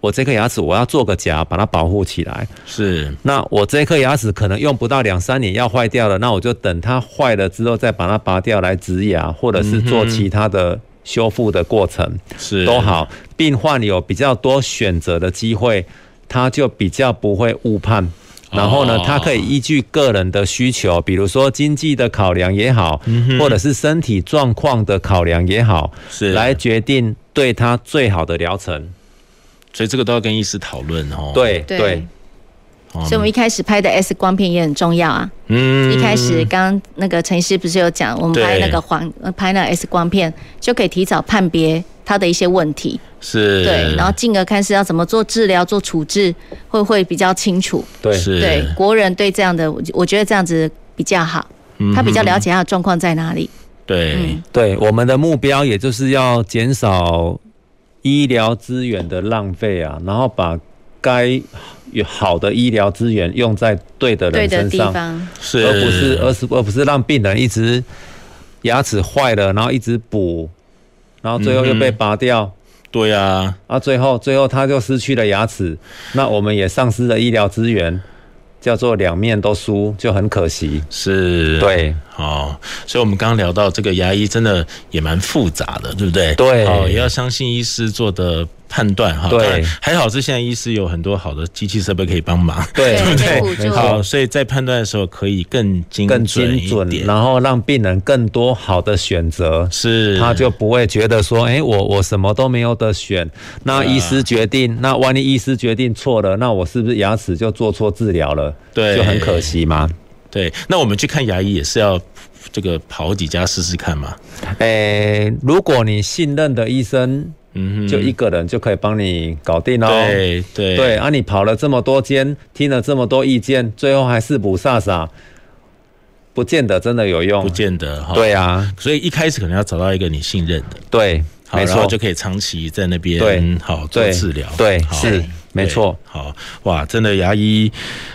[SPEAKER 2] 我这颗牙齿我要做个假，把它保护起来。
[SPEAKER 1] 是
[SPEAKER 2] 那我这颗牙齿可能用不到两三年要坏掉了，那我就等它坏了之后再把它拔掉来植牙，或者是做其他的修复的过程、
[SPEAKER 1] 是
[SPEAKER 2] 都。好。病患有比较多选择的机会，他就比较不会误判。然后呢
[SPEAKER 1] 哦，
[SPEAKER 2] 他可以依据个人的需求，比如说经济的考量也好，
[SPEAKER 1] 嗯
[SPEAKER 2] 或者是身体状况的考量也好，
[SPEAKER 1] 是
[SPEAKER 2] 来决定对他最好的疗程。
[SPEAKER 1] 所以这个都要跟医师讨论哦。
[SPEAKER 2] 对
[SPEAKER 3] 对
[SPEAKER 2] 对，
[SPEAKER 1] 哦，
[SPEAKER 2] 嗯
[SPEAKER 3] 所以我们一开始拍的 X 光片也很重要啊。
[SPEAKER 1] 嗯
[SPEAKER 3] 一开始刚刚那个陈医师不是有讲，我们拍
[SPEAKER 1] 对
[SPEAKER 3] 那个黄呃拍那个 X 光片就可以提早判别他的一些问题，
[SPEAKER 1] 是
[SPEAKER 3] 对，然后进而看是要怎么做治疗、做处置，会会比较清楚。
[SPEAKER 2] 对
[SPEAKER 1] 是
[SPEAKER 3] 对，国人对这样的，我我觉得这样子比较好，他比较了解他的状况在哪里。
[SPEAKER 1] 对
[SPEAKER 3] 嗯，
[SPEAKER 2] 对，我们的目标也就是要减少医疗资源的浪费啊，然后把该有好的医疗资源用在对的
[SPEAKER 3] 对
[SPEAKER 2] 人
[SPEAKER 3] 的
[SPEAKER 2] 身
[SPEAKER 3] 地
[SPEAKER 2] 上，
[SPEAKER 3] 方，
[SPEAKER 1] 是
[SPEAKER 2] 而不是呃而是而不是让病人一直牙齿坏了，然后一直补，然后最后又被拔
[SPEAKER 1] 嗯
[SPEAKER 2] 掉。
[SPEAKER 1] 对啊，
[SPEAKER 2] 啊，最后最后他就失去了牙齿，那我们也丧失了医疗资源，叫做两面都输，就很可惜。
[SPEAKER 1] 是，
[SPEAKER 2] 对，
[SPEAKER 1] 哦，所以我们刚刚聊到这个牙医真的也蛮复杂的，对不对？
[SPEAKER 2] 对
[SPEAKER 1] 哦，也要相信医师做的判断哈。
[SPEAKER 2] 对
[SPEAKER 1] 当然还好是现在医师有很多好的机器设备可以帮忙。
[SPEAKER 2] 对
[SPEAKER 3] 对
[SPEAKER 1] 对
[SPEAKER 3] 被辅助
[SPEAKER 1] 好，所以在判断的时候可以更精
[SPEAKER 2] 更
[SPEAKER 1] 准
[SPEAKER 2] 精
[SPEAKER 1] 一
[SPEAKER 2] 准，
[SPEAKER 1] 点，
[SPEAKER 2] 然后让病人更多好的选择，
[SPEAKER 1] 是
[SPEAKER 2] 他就不会觉得说，哎、我我什么都没有得选。
[SPEAKER 1] 啊
[SPEAKER 2] 那医师决定，那万一医师决定错了，那我是不是牙齿就做错治疗了？
[SPEAKER 1] 对
[SPEAKER 2] 就很可惜嘛。
[SPEAKER 1] 对。那我们去看牙医也是要这个跑几家试试看嘛。
[SPEAKER 2] 哎、如果你信任的医生
[SPEAKER 1] 嗯
[SPEAKER 2] 就一个人就可以帮你搞定哦。
[SPEAKER 1] 对对
[SPEAKER 2] 对，啊，你跑了这么多间，听了这么多意见，最后还是不飒飒，不见得真的有用。
[SPEAKER 1] 不见得哈。
[SPEAKER 2] 对啊，
[SPEAKER 1] 所以一开始可能要找到一个你信任的，
[SPEAKER 2] 对，
[SPEAKER 1] 好
[SPEAKER 2] 没错
[SPEAKER 1] 然后就可以长期在那边
[SPEAKER 2] 对
[SPEAKER 1] 好做
[SPEAKER 2] 对
[SPEAKER 1] 治疗，
[SPEAKER 2] 对
[SPEAKER 1] 好
[SPEAKER 2] 是
[SPEAKER 1] 对
[SPEAKER 2] 没错
[SPEAKER 1] 好哇，真的牙医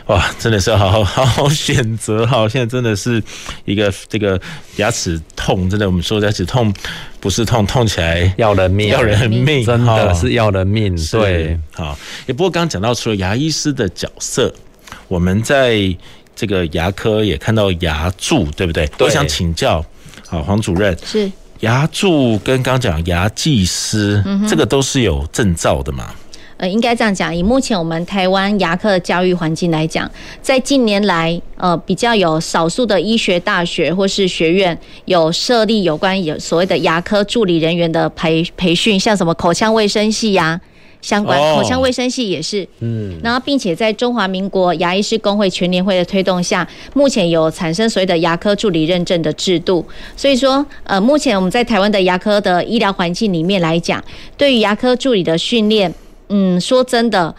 [SPEAKER 1] 哇，真的是要好好好好选择哈，现在真的是一个这个牙齿痛，真的我们说牙齿痛不是痛，痛起来
[SPEAKER 2] 要人命，
[SPEAKER 1] 要人命，
[SPEAKER 2] 真的
[SPEAKER 1] 哈
[SPEAKER 2] 是要人命。
[SPEAKER 1] 是
[SPEAKER 2] 对，，
[SPEAKER 1] 好。也不过刚刚讲到，除了牙医师的角色，我们在这个牙科也看到牙柱，对不对？
[SPEAKER 2] 对
[SPEAKER 1] 我想请教，好，黄主任，
[SPEAKER 3] 是
[SPEAKER 1] 牙柱跟刚刚讲牙技师，
[SPEAKER 3] 嗯哼
[SPEAKER 1] 这个都是有证照的嘛？
[SPEAKER 3] 呃，应该这样讲，以目前我们台湾牙科的教育环境来讲，在近年来，呃，比较有少数的医学大学或是学院有设立有关有所谓的牙科助理人员的培培训，像什么口腔卫生系啊呀、相关、
[SPEAKER 12] 哦
[SPEAKER 3] 口腔卫生系也是，
[SPEAKER 12] 嗯，
[SPEAKER 3] 然后，并且在中华民国牙医师工会全联会的推动下，目前有产生所谓的牙科助理认证的制度。所以说，呃，目前我们在台湾的牙科的医疗环境里面来讲，对于牙科助理的训练，嗯，说真的，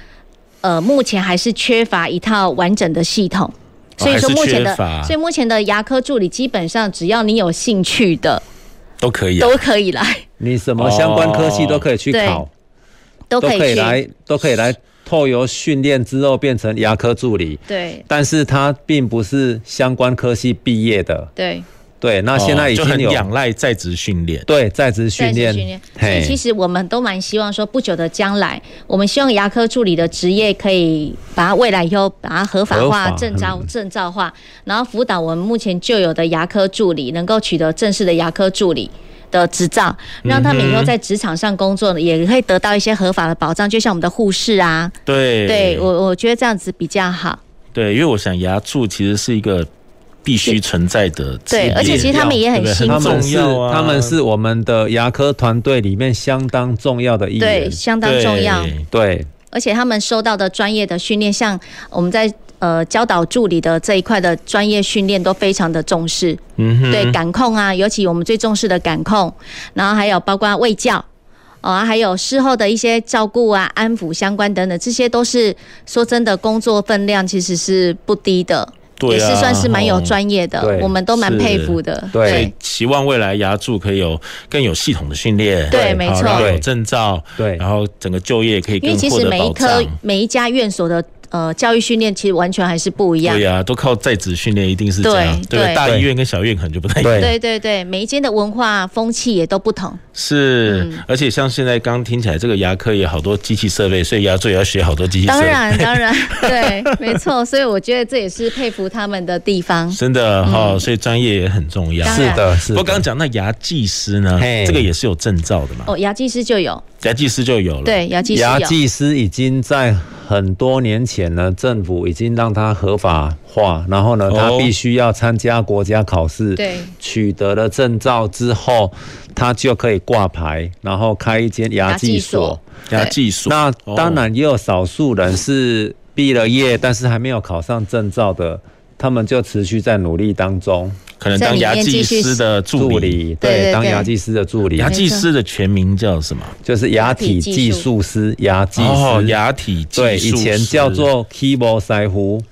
[SPEAKER 3] 呃，目前还是缺乏一套完整的系统。
[SPEAKER 1] 哦
[SPEAKER 3] 所以说，
[SPEAKER 1] 还是
[SPEAKER 3] 目前
[SPEAKER 1] 缺
[SPEAKER 3] 的
[SPEAKER 1] 乏，
[SPEAKER 3] 所以目前的牙科助理基本上，只要你有兴趣的，
[SPEAKER 1] 都可以、啊，
[SPEAKER 3] 都可以来，
[SPEAKER 2] 你什么相关科系都可以去
[SPEAKER 3] 对
[SPEAKER 1] 哦
[SPEAKER 2] 考，
[SPEAKER 3] 都可以去，
[SPEAKER 2] 来，都可以来透由训练之后变成牙科助理。
[SPEAKER 3] 对
[SPEAKER 2] 但是他并不是相关科系毕业的，
[SPEAKER 3] 对。
[SPEAKER 2] 对，那现在已
[SPEAKER 1] 哦就
[SPEAKER 2] 经
[SPEAKER 1] 很
[SPEAKER 2] 有、
[SPEAKER 1] 仰赖在职训练，
[SPEAKER 2] 对在职训
[SPEAKER 3] 在
[SPEAKER 2] 练，
[SPEAKER 3] 职训练。所以其实我们都蛮希望说，不久的将来，我们希望牙科助理的职业可以把它未来以后把它合法
[SPEAKER 12] 合
[SPEAKER 3] 化、
[SPEAKER 12] 法
[SPEAKER 3] 证照证照化，然后辅导我们目前就有的牙科助理能够取得正式的牙科助理。的执照，让他们以
[SPEAKER 12] 嗯
[SPEAKER 3] 后
[SPEAKER 12] 哼
[SPEAKER 3] 在职场上工作呢也可以得到一些合法的保障，就像我们的护士啊，
[SPEAKER 1] 对
[SPEAKER 3] 对我我觉得这样子比较好。
[SPEAKER 1] 对，因为我想牙柱其实是一个必须存在的职业，
[SPEAKER 3] 对而且其实他们也很
[SPEAKER 1] 对不对
[SPEAKER 3] 辛苦
[SPEAKER 2] 他们
[SPEAKER 1] 重
[SPEAKER 2] 是、
[SPEAKER 1] 要啊，
[SPEAKER 2] 他们是我们的牙科团队里面相当重要的一员，
[SPEAKER 3] 对相当重要
[SPEAKER 2] 对，
[SPEAKER 3] 而且他们收到的专业的训练，像我们在呃教导助理的这一块的专业训练都非常的重视。
[SPEAKER 1] 嗯哼
[SPEAKER 3] 对感控啊，尤其我们最重视的感控，然后还有包括卫教。哦，还有事后的一些照顾啊、安抚相关等等，这些都是说真的，工作分量其实是不低的，
[SPEAKER 1] 对啊
[SPEAKER 3] 也是算是蛮有专业的，
[SPEAKER 1] 对
[SPEAKER 3] 我们都蛮
[SPEAKER 1] 是
[SPEAKER 3] 佩服的。
[SPEAKER 1] 所以期望未来牙柱可以有更有系统的训练，
[SPEAKER 3] 对
[SPEAKER 1] 好
[SPEAKER 3] 没错
[SPEAKER 1] 然后有证照，
[SPEAKER 2] 对，
[SPEAKER 1] 然后整个就业可以
[SPEAKER 3] 因
[SPEAKER 1] 更
[SPEAKER 3] 为其
[SPEAKER 1] 获
[SPEAKER 3] 实
[SPEAKER 1] 得
[SPEAKER 3] 每一
[SPEAKER 1] 保
[SPEAKER 3] 科
[SPEAKER 1] 障。、
[SPEAKER 3] 每一家院所的呃教育训练，其实完全还是不一样。
[SPEAKER 1] 对呀、啊都靠在职训练，一定是这样。
[SPEAKER 3] 对
[SPEAKER 1] 不
[SPEAKER 3] 对
[SPEAKER 1] 大医院跟小医院可能就不太一样。
[SPEAKER 3] 对对对，每一间的文化风气也都不同。
[SPEAKER 1] 是、
[SPEAKER 3] 嗯
[SPEAKER 1] 而且像现在刚听起来，这个牙科也好多机器设备，所以牙柱也要学好多机器设备。
[SPEAKER 3] 当 然，当然，对，没错。所以我觉得这也是佩服他们的地方。
[SPEAKER 1] 真的哈、所以专业也很重要。
[SPEAKER 3] 嗯当然是的
[SPEAKER 1] 是的。我刚刚讲那牙技师呢
[SPEAKER 2] 嘿，
[SPEAKER 1] 这个也是有证照的嘛，
[SPEAKER 3] 哦，牙技师就有，
[SPEAKER 1] 牙技师就有了。
[SPEAKER 3] 对，牙技师
[SPEAKER 2] 牙
[SPEAKER 3] 有。
[SPEAKER 2] 技师已经在很多年前呢，政府已经让它合法化，然后呢，他
[SPEAKER 1] 哦
[SPEAKER 2] 必须要参加国家考试，
[SPEAKER 3] 对
[SPEAKER 2] 取得了证照之后，他就可以挂牌，然后开一间牙技所。
[SPEAKER 1] 牙技所，
[SPEAKER 2] 那
[SPEAKER 1] 哦
[SPEAKER 2] 当然也有少数人是毕了业，但是还没有考上证照的，他们就持续在努力当中，
[SPEAKER 1] 可能当牙技师的助理，
[SPEAKER 2] 对，当牙技师的助理。
[SPEAKER 1] 牙技师的全名叫什么？
[SPEAKER 2] 就是牙体技术师、牙技师、
[SPEAKER 1] 哦牙体技术师
[SPEAKER 2] 对，以前叫做 keyboard 腮胡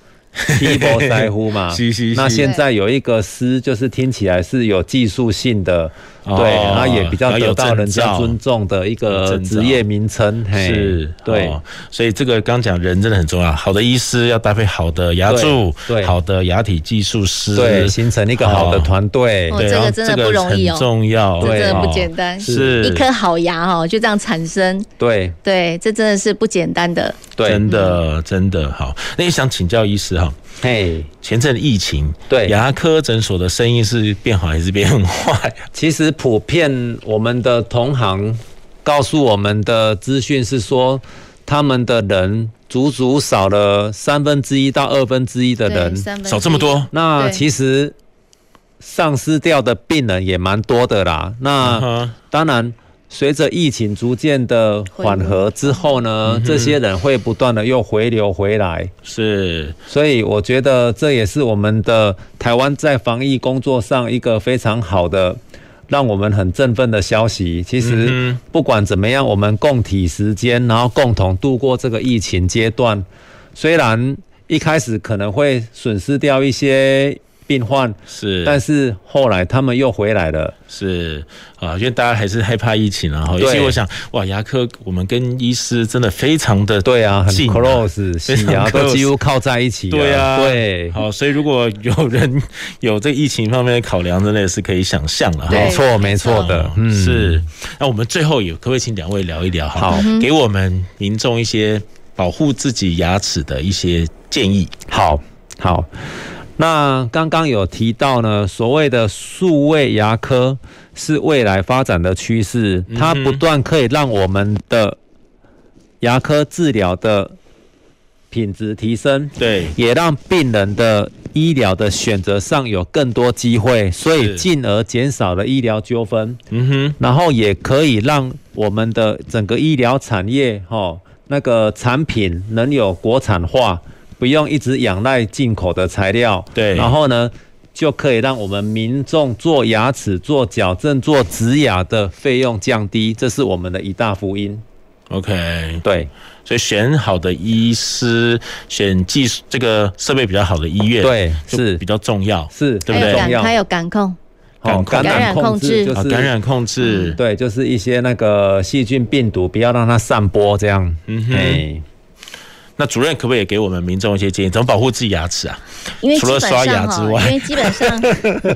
[SPEAKER 2] ，keyboard 腮胡嘛。
[SPEAKER 1] 是是是
[SPEAKER 2] 那现在有一个师，就是听起来是有技术性的，
[SPEAKER 1] 哦
[SPEAKER 2] 对，然后也比较
[SPEAKER 1] 然后有
[SPEAKER 2] 得到
[SPEAKER 1] 证
[SPEAKER 2] 人家
[SPEAKER 1] 照
[SPEAKER 2] 尊重的一
[SPEAKER 1] 有
[SPEAKER 2] 个
[SPEAKER 1] 证照
[SPEAKER 2] 职业名称。嘿
[SPEAKER 1] 是，
[SPEAKER 2] 对。
[SPEAKER 1] 哦所以这个刚讲人真的很重要，好的医师要搭配好的牙柱，
[SPEAKER 2] 对对
[SPEAKER 1] 好的牙体技术师，
[SPEAKER 2] 对形成一个好的团队
[SPEAKER 3] 哦
[SPEAKER 1] 对，
[SPEAKER 3] 这个
[SPEAKER 1] 然后
[SPEAKER 3] 真的不容易哦
[SPEAKER 1] 很重要，
[SPEAKER 3] 这真的不
[SPEAKER 1] 哦
[SPEAKER 3] 简单，
[SPEAKER 1] 是
[SPEAKER 3] 一颗好牙哦，就这样产生，
[SPEAKER 2] 对
[SPEAKER 3] 对，这真的是不简单的。
[SPEAKER 2] 对，
[SPEAKER 1] 真的真的好。那也想请教医师哈，
[SPEAKER 2] 嘿，
[SPEAKER 1] 前阵疫情，
[SPEAKER 2] 对
[SPEAKER 1] 牙科诊所的生意是变好还是变坏？
[SPEAKER 2] 其实普遍我们的同行告诉我们的资讯是说，他们的人足足少了三分之一到二分之一的人
[SPEAKER 1] 对三分，之一少这么多
[SPEAKER 2] 那
[SPEAKER 1] 对
[SPEAKER 2] 其实丧失掉的病人也蛮多的啦。
[SPEAKER 1] 嗯
[SPEAKER 2] 那、当然。随着疫情逐渐的缓和之后呢
[SPEAKER 1] 嗯，哼
[SPEAKER 2] 这些人会不断的又回流回来，
[SPEAKER 1] 是，
[SPEAKER 2] 所以我觉得这也是我们的台湾在防疫工作上一个非常好的让我们很振奋的消息。其实
[SPEAKER 1] 嗯
[SPEAKER 2] 不管怎么样，我们共体时间，然后共同度过这个疫情阶段。虽然一开始可能会损失掉一些病患，
[SPEAKER 1] 是
[SPEAKER 2] 但是后来他们又回来了。
[SPEAKER 1] 是啊，因为大家还是害怕疫情啊，哈。
[SPEAKER 2] 对
[SPEAKER 1] 尤其我想，哇，牙科我们跟医师真的非常的
[SPEAKER 2] 对啊，很
[SPEAKER 1] 近啊
[SPEAKER 2] close，
[SPEAKER 1] 非
[SPEAKER 2] 洗
[SPEAKER 1] 常
[SPEAKER 2] 牙都
[SPEAKER 1] close
[SPEAKER 2] 几乎靠在一起了。
[SPEAKER 1] 对啊，
[SPEAKER 2] 对，
[SPEAKER 1] 好，所以如果有人 有这疫情方面的考量，真的是可以想象了哈。
[SPEAKER 2] 没错，没错的，嗯，
[SPEAKER 1] 哦是。那我们最后有，可不可以请两位聊一聊哈？
[SPEAKER 2] 好嗯
[SPEAKER 1] 给我们民众一些保护自己牙齿的一些建议。
[SPEAKER 2] 好，好。那刚刚有提到呢，所谓的数位牙科是未来发展的趋势，它不断可以让我们的牙科治疗的品质提升，
[SPEAKER 1] 对，
[SPEAKER 2] 也让病人的医疗的选择上有更多机会，所以进而减少了医疗纠纷。
[SPEAKER 1] 嗯哼，
[SPEAKER 2] 然后也可以让我们的整个医疗产业，哈、那个产品能有国产化，不用一直仰赖进口的材料。
[SPEAKER 1] 对
[SPEAKER 2] 然后呢，就可以让我们民众做牙齿、做矫正、做植牙的费用降低，这是我们的一大福音。
[SPEAKER 1] OK，
[SPEAKER 2] 对，
[SPEAKER 1] 所以选好的医师，选技术这个设备比较好的医院，
[SPEAKER 2] 对，
[SPEAKER 1] 是比较重要，
[SPEAKER 2] 是
[SPEAKER 1] 对不对？
[SPEAKER 3] 还有感还有感控，
[SPEAKER 2] 哦
[SPEAKER 1] 感
[SPEAKER 3] 感染控制
[SPEAKER 2] 就
[SPEAKER 1] 啊
[SPEAKER 2] 是嗯
[SPEAKER 1] 感染控制，
[SPEAKER 2] 对，就是一些那个细菌、病毒，不要让它散播这样。
[SPEAKER 1] 嗯哼
[SPEAKER 2] 哎
[SPEAKER 1] 那主任可不可以给我们民众一些建议，怎么保护自己牙齿啊？
[SPEAKER 3] 因为基
[SPEAKER 1] 除了
[SPEAKER 3] 本
[SPEAKER 1] 刷牙
[SPEAKER 3] 上
[SPEAKER 1] 之
[SPEAKER 3] 哦，因
[SPEAKER 1] 外
[SPEAKER 3] 为，基 本上，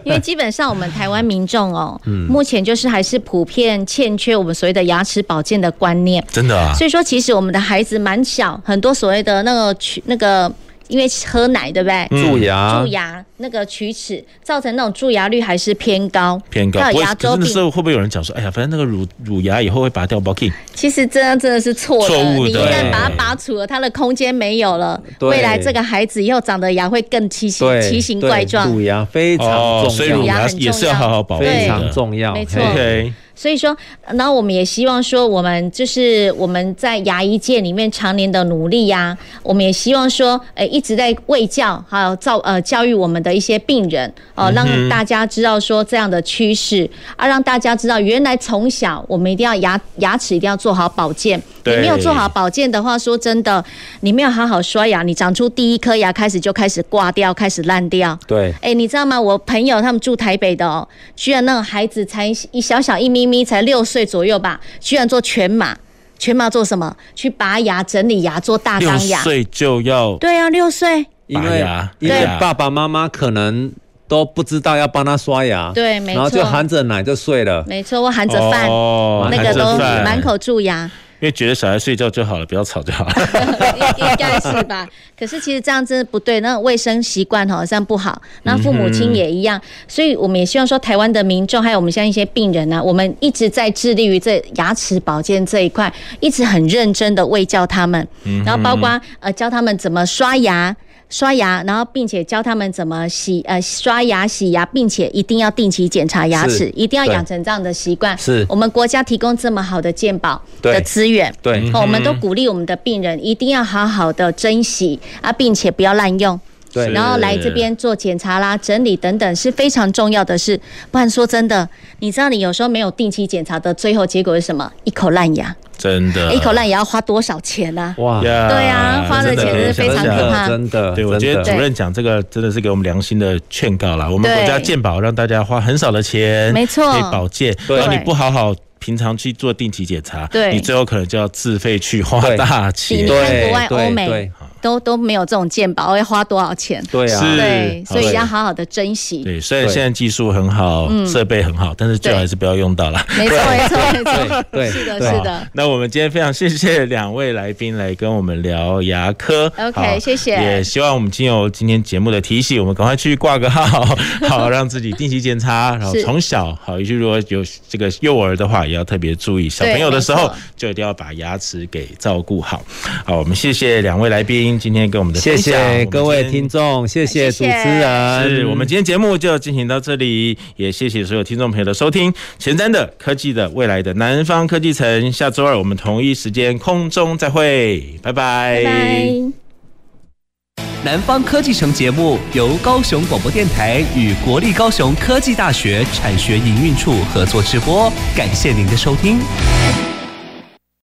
[SPEAKER 3] 因为基本上我们台湾民众哦，
[SPEAKER 1] 嗯
[SPEAKER 3] 目前就是还是普遍欠缺我们所谓的牙齿保健的观念。
[SPEAKER 1] 真的啊
[SPEAKER 3] 所以说，其实我们的孩子蛮小，很多所谓的那个龋那个。因为喝奶对不对？
[SPEAKER 1] 嗯蛀牙
[SPEAKER 3] 蛀牙那个龋齿造成那种蛀牙率还是偏高，
[SPEAKER 1] 偏高。
[SPEAKER 3] 还
[SPEAKER 1] 不
[SPEAKER 3] 有
[SPEAKER 1] 会
[SPEAKER 3] 牙，周
[SPEAKER 1] 可是那
[SPEAKER 3] 病。
[SPEAKER 1] 时候会不会有人讲说，哎呀，反正那个乳乳牙以后会拔掉 b o k i
[SPEAKER 3] 其实这样真的是错的，
[SPEAKER 1] 错误的
[SPEAKER 3] 你一旦把它拔除了，它的空间没有了，
[SPEAKER 2] 对
[SPEAKER 3] 未来这个孩子以后长得牙会更奇形
[SPEAKER 2] 对，
[SPEAKER 3] 奇形怪状
[SPEAKER 2] 对。乳牙非常重要，
[SPEAKER 1] 哦所以乳牙也是要好好保护的
[SPEAKER 2] 非常重要，
[SPEAKER 3] 没错
[SPEAKER 2] 嘿
[SPEAKER 1] OK，
[SPEAKER 3] 所以说，呃然后我们也希望说，我们就是我们在牙医界里面常年的努力呀、我们也希望说，呃，一直在卫教，还有教呃教育我们的一些病人哦、
[SPEAKER 12] 嗯
[SPEAKER 3] 让
[SPEAKER 12] 哼
[SPEAKER 3] 大家知道说这样的趋势啊，让大家知道原来从小我们一定要牙牙齿一定要做好保健，你
[SPEAKER 12] 对
[SPEAKER 3] 没有做好保健的话，说真的，你没有好好刷牙，你长出第一颗牙开始就开始挂掉，开始烂掉，
[SPEAKER 2] 对
[SPEAKER 3] 哎、你知道吗？我朋友他们住台北的哦，居然那个孩子才一小小一咪咪，才六岁左右吧，居然做全麻。全麻做什么？去拔牙、整理牙、做大
[SPEAKER 1] 六
[SPEAKER 3] 张牙。
[SPEAKER 1] 岁就要
[SPEAKER 3] 对啊，六岁。
[SPEAKER 2] 因
[SPEAKER 1] 拔
[SPEAKER 2] 为
[SPEAKER 1] 牙
[SPEAKER 2] 因为
[SPEAKER 1] 对
[SPEAKER 2] 爸爸妈妈可能都不知道要帮他刷牙，
[SPEAKER 3] 对没错
[SPEAKER 2] 然后就含着奶就睡了，
[SPEAKER 3] 没错，我含着饭，
[SPEAKER 1] 哦
[SPEAKER 3] 那个
[SPEAKER 1] 含
[SPEAKER 3] 都
[SPEAKER 1] 着饭
[SPEAKER 3] 满口蛀牙，
[SPEAKER 1] 因为觉得小孩睡觉就好了，不要吵就好 了。
[SPEAKER 3] 应该是吧？可是其实这样真的不对，那卫生习惯好像不好，那父母亲也一样，所以我们也希望说，台湾的民众还有我们像一些病人呢、啊，我们一直在致力于这牙齿保健这一块，一直很认真的喂教他们，
[SPEAKER 12] 嗯哼
[SPEAKER 3] 然后包括呃教他们怎么刷牙。刷牙，然后并且教他们怎么洗呃刷牙、洗牙，并且一定要定期检查牙
[SPEAKER 12] 是
[SPEAKER 3] 齿，一定要
[SPEAKER 12] 对
[SPEAKER 3] 养成这样的习惯。
[SPEAKER 12] 是
[SPEAKER 3] 我们国家提供这么好的健保
[SPEAKER 12] 对
[SPEAKER 3] 的资源，
[SPEAKER 12] 对
[SPEAKER 3] 哦我们都
[SPEAKER 12] 嗯哼
[SPEAKER 3] 鼓励我们的病人一定要好好的珍惜啊，并且不要滥用。
[SPEAKER 12] 对
[SPEAKER 3] 然后来这边做检查啦、整理等等是非常重要的事。不然说真的，你知道你有时候没有定期检查的，最后结果是什么？一口烂牙，
[SPEAKER 1] 真的，
[SPEAKER 3] 一口烂牙要花多少钱呢、啊？
[SPEAKER 2] 哇
[SPEAKER 1] 呀
[SPEAKER 3] 对啊花的钱是非常可怕真
[SPEAKER 2] 的
[SPEAKER 1] 对，我觉得
[SPEAKER 3] 真的
[SPEAKER 1] 主任讲这个真的是给我们良心的劝告啦。我们
[SPEAKER 3] 对
[SPEAKER 1] 国家健保让大家花很少的钱，
[SPEAKER 3] 没错
[SPEAKER 1] 可以保健。
[SPEAKER 2] 对
[SPEAKER 1] 然后你不好好平常去做定期检查，
[SPEAKER 3] 对
[SPEAKER 1] 你最后可能就要自费去花
[SPEAKER 2] 对
[SPEAKER 1] 大钱。
[SPEAKER 3] 你看国外欧
[SPEAKER 2] 对
[SPEAKER 3] 美都都没有这种健保，要花多少钱？
[SPEAKER 2] 对啊是
[SPEAKER 3] 对，所以
[SPEAKER 1] 对
[SPEAKER 3] 要好好的珍惜。
[SPEAKER 1] 对，虽然现在技术很好，
[SPEAKER 3] 嗯
[SPEAKER 1] 设备很好，但是最好还是不要用到啦。
[SPEAKER 3] 没错，没错，没错，
[SPEAKER 2] 对啊
[SPEAKER 3] 是的，
[SPEAKER 1] 对
[SPEAKER 3] 是的。
[SPEAKER 1] 那我们今天非常谢谢两位来宾来跟我们聊牙科。
[SPEAKER 3] OK，
[SPEAKER 1] 好
[SPEAKER 3] 谢谢
[SPEAKER 1] 也希望我们经由今天节目的提醒，我们赶快去挂个号，好让自己定期检查。然后
[SPEAKER 3] 是
[SPEAKER 1] 从小好，也就是如果有这个幼儿的话，也要特别注意，小朋友的时
[SPEAKER 3] 没
[SPEAKER 1] 候
[SPEAKER 3] 错
[SPEAKER 1] 就一定要把牙齿给照顾好。好，我们谢谢两位来宾今天跟我们的
[SPEAKER 2] 谢
[SPEAKER 1] 分享
[SPEAKER 2] 谢各位。
[SPEAKER 1] 我们今天
[SPEAKER 2] 听众，谢谢主持人，
[SPEAKER 1] 是我们今天节目就进行到这里，也谢谢所有听众朋友的收听。前瞻的科技的未来的南方科技城，下周二我们同一时间空中再会，拜拜。
[SPEAKER 12] 拜
[SPEAKER 10] 南方科技城节目由高雄广播电台与国立高雄科技大学产学营运处合作直播，感谢您的收听。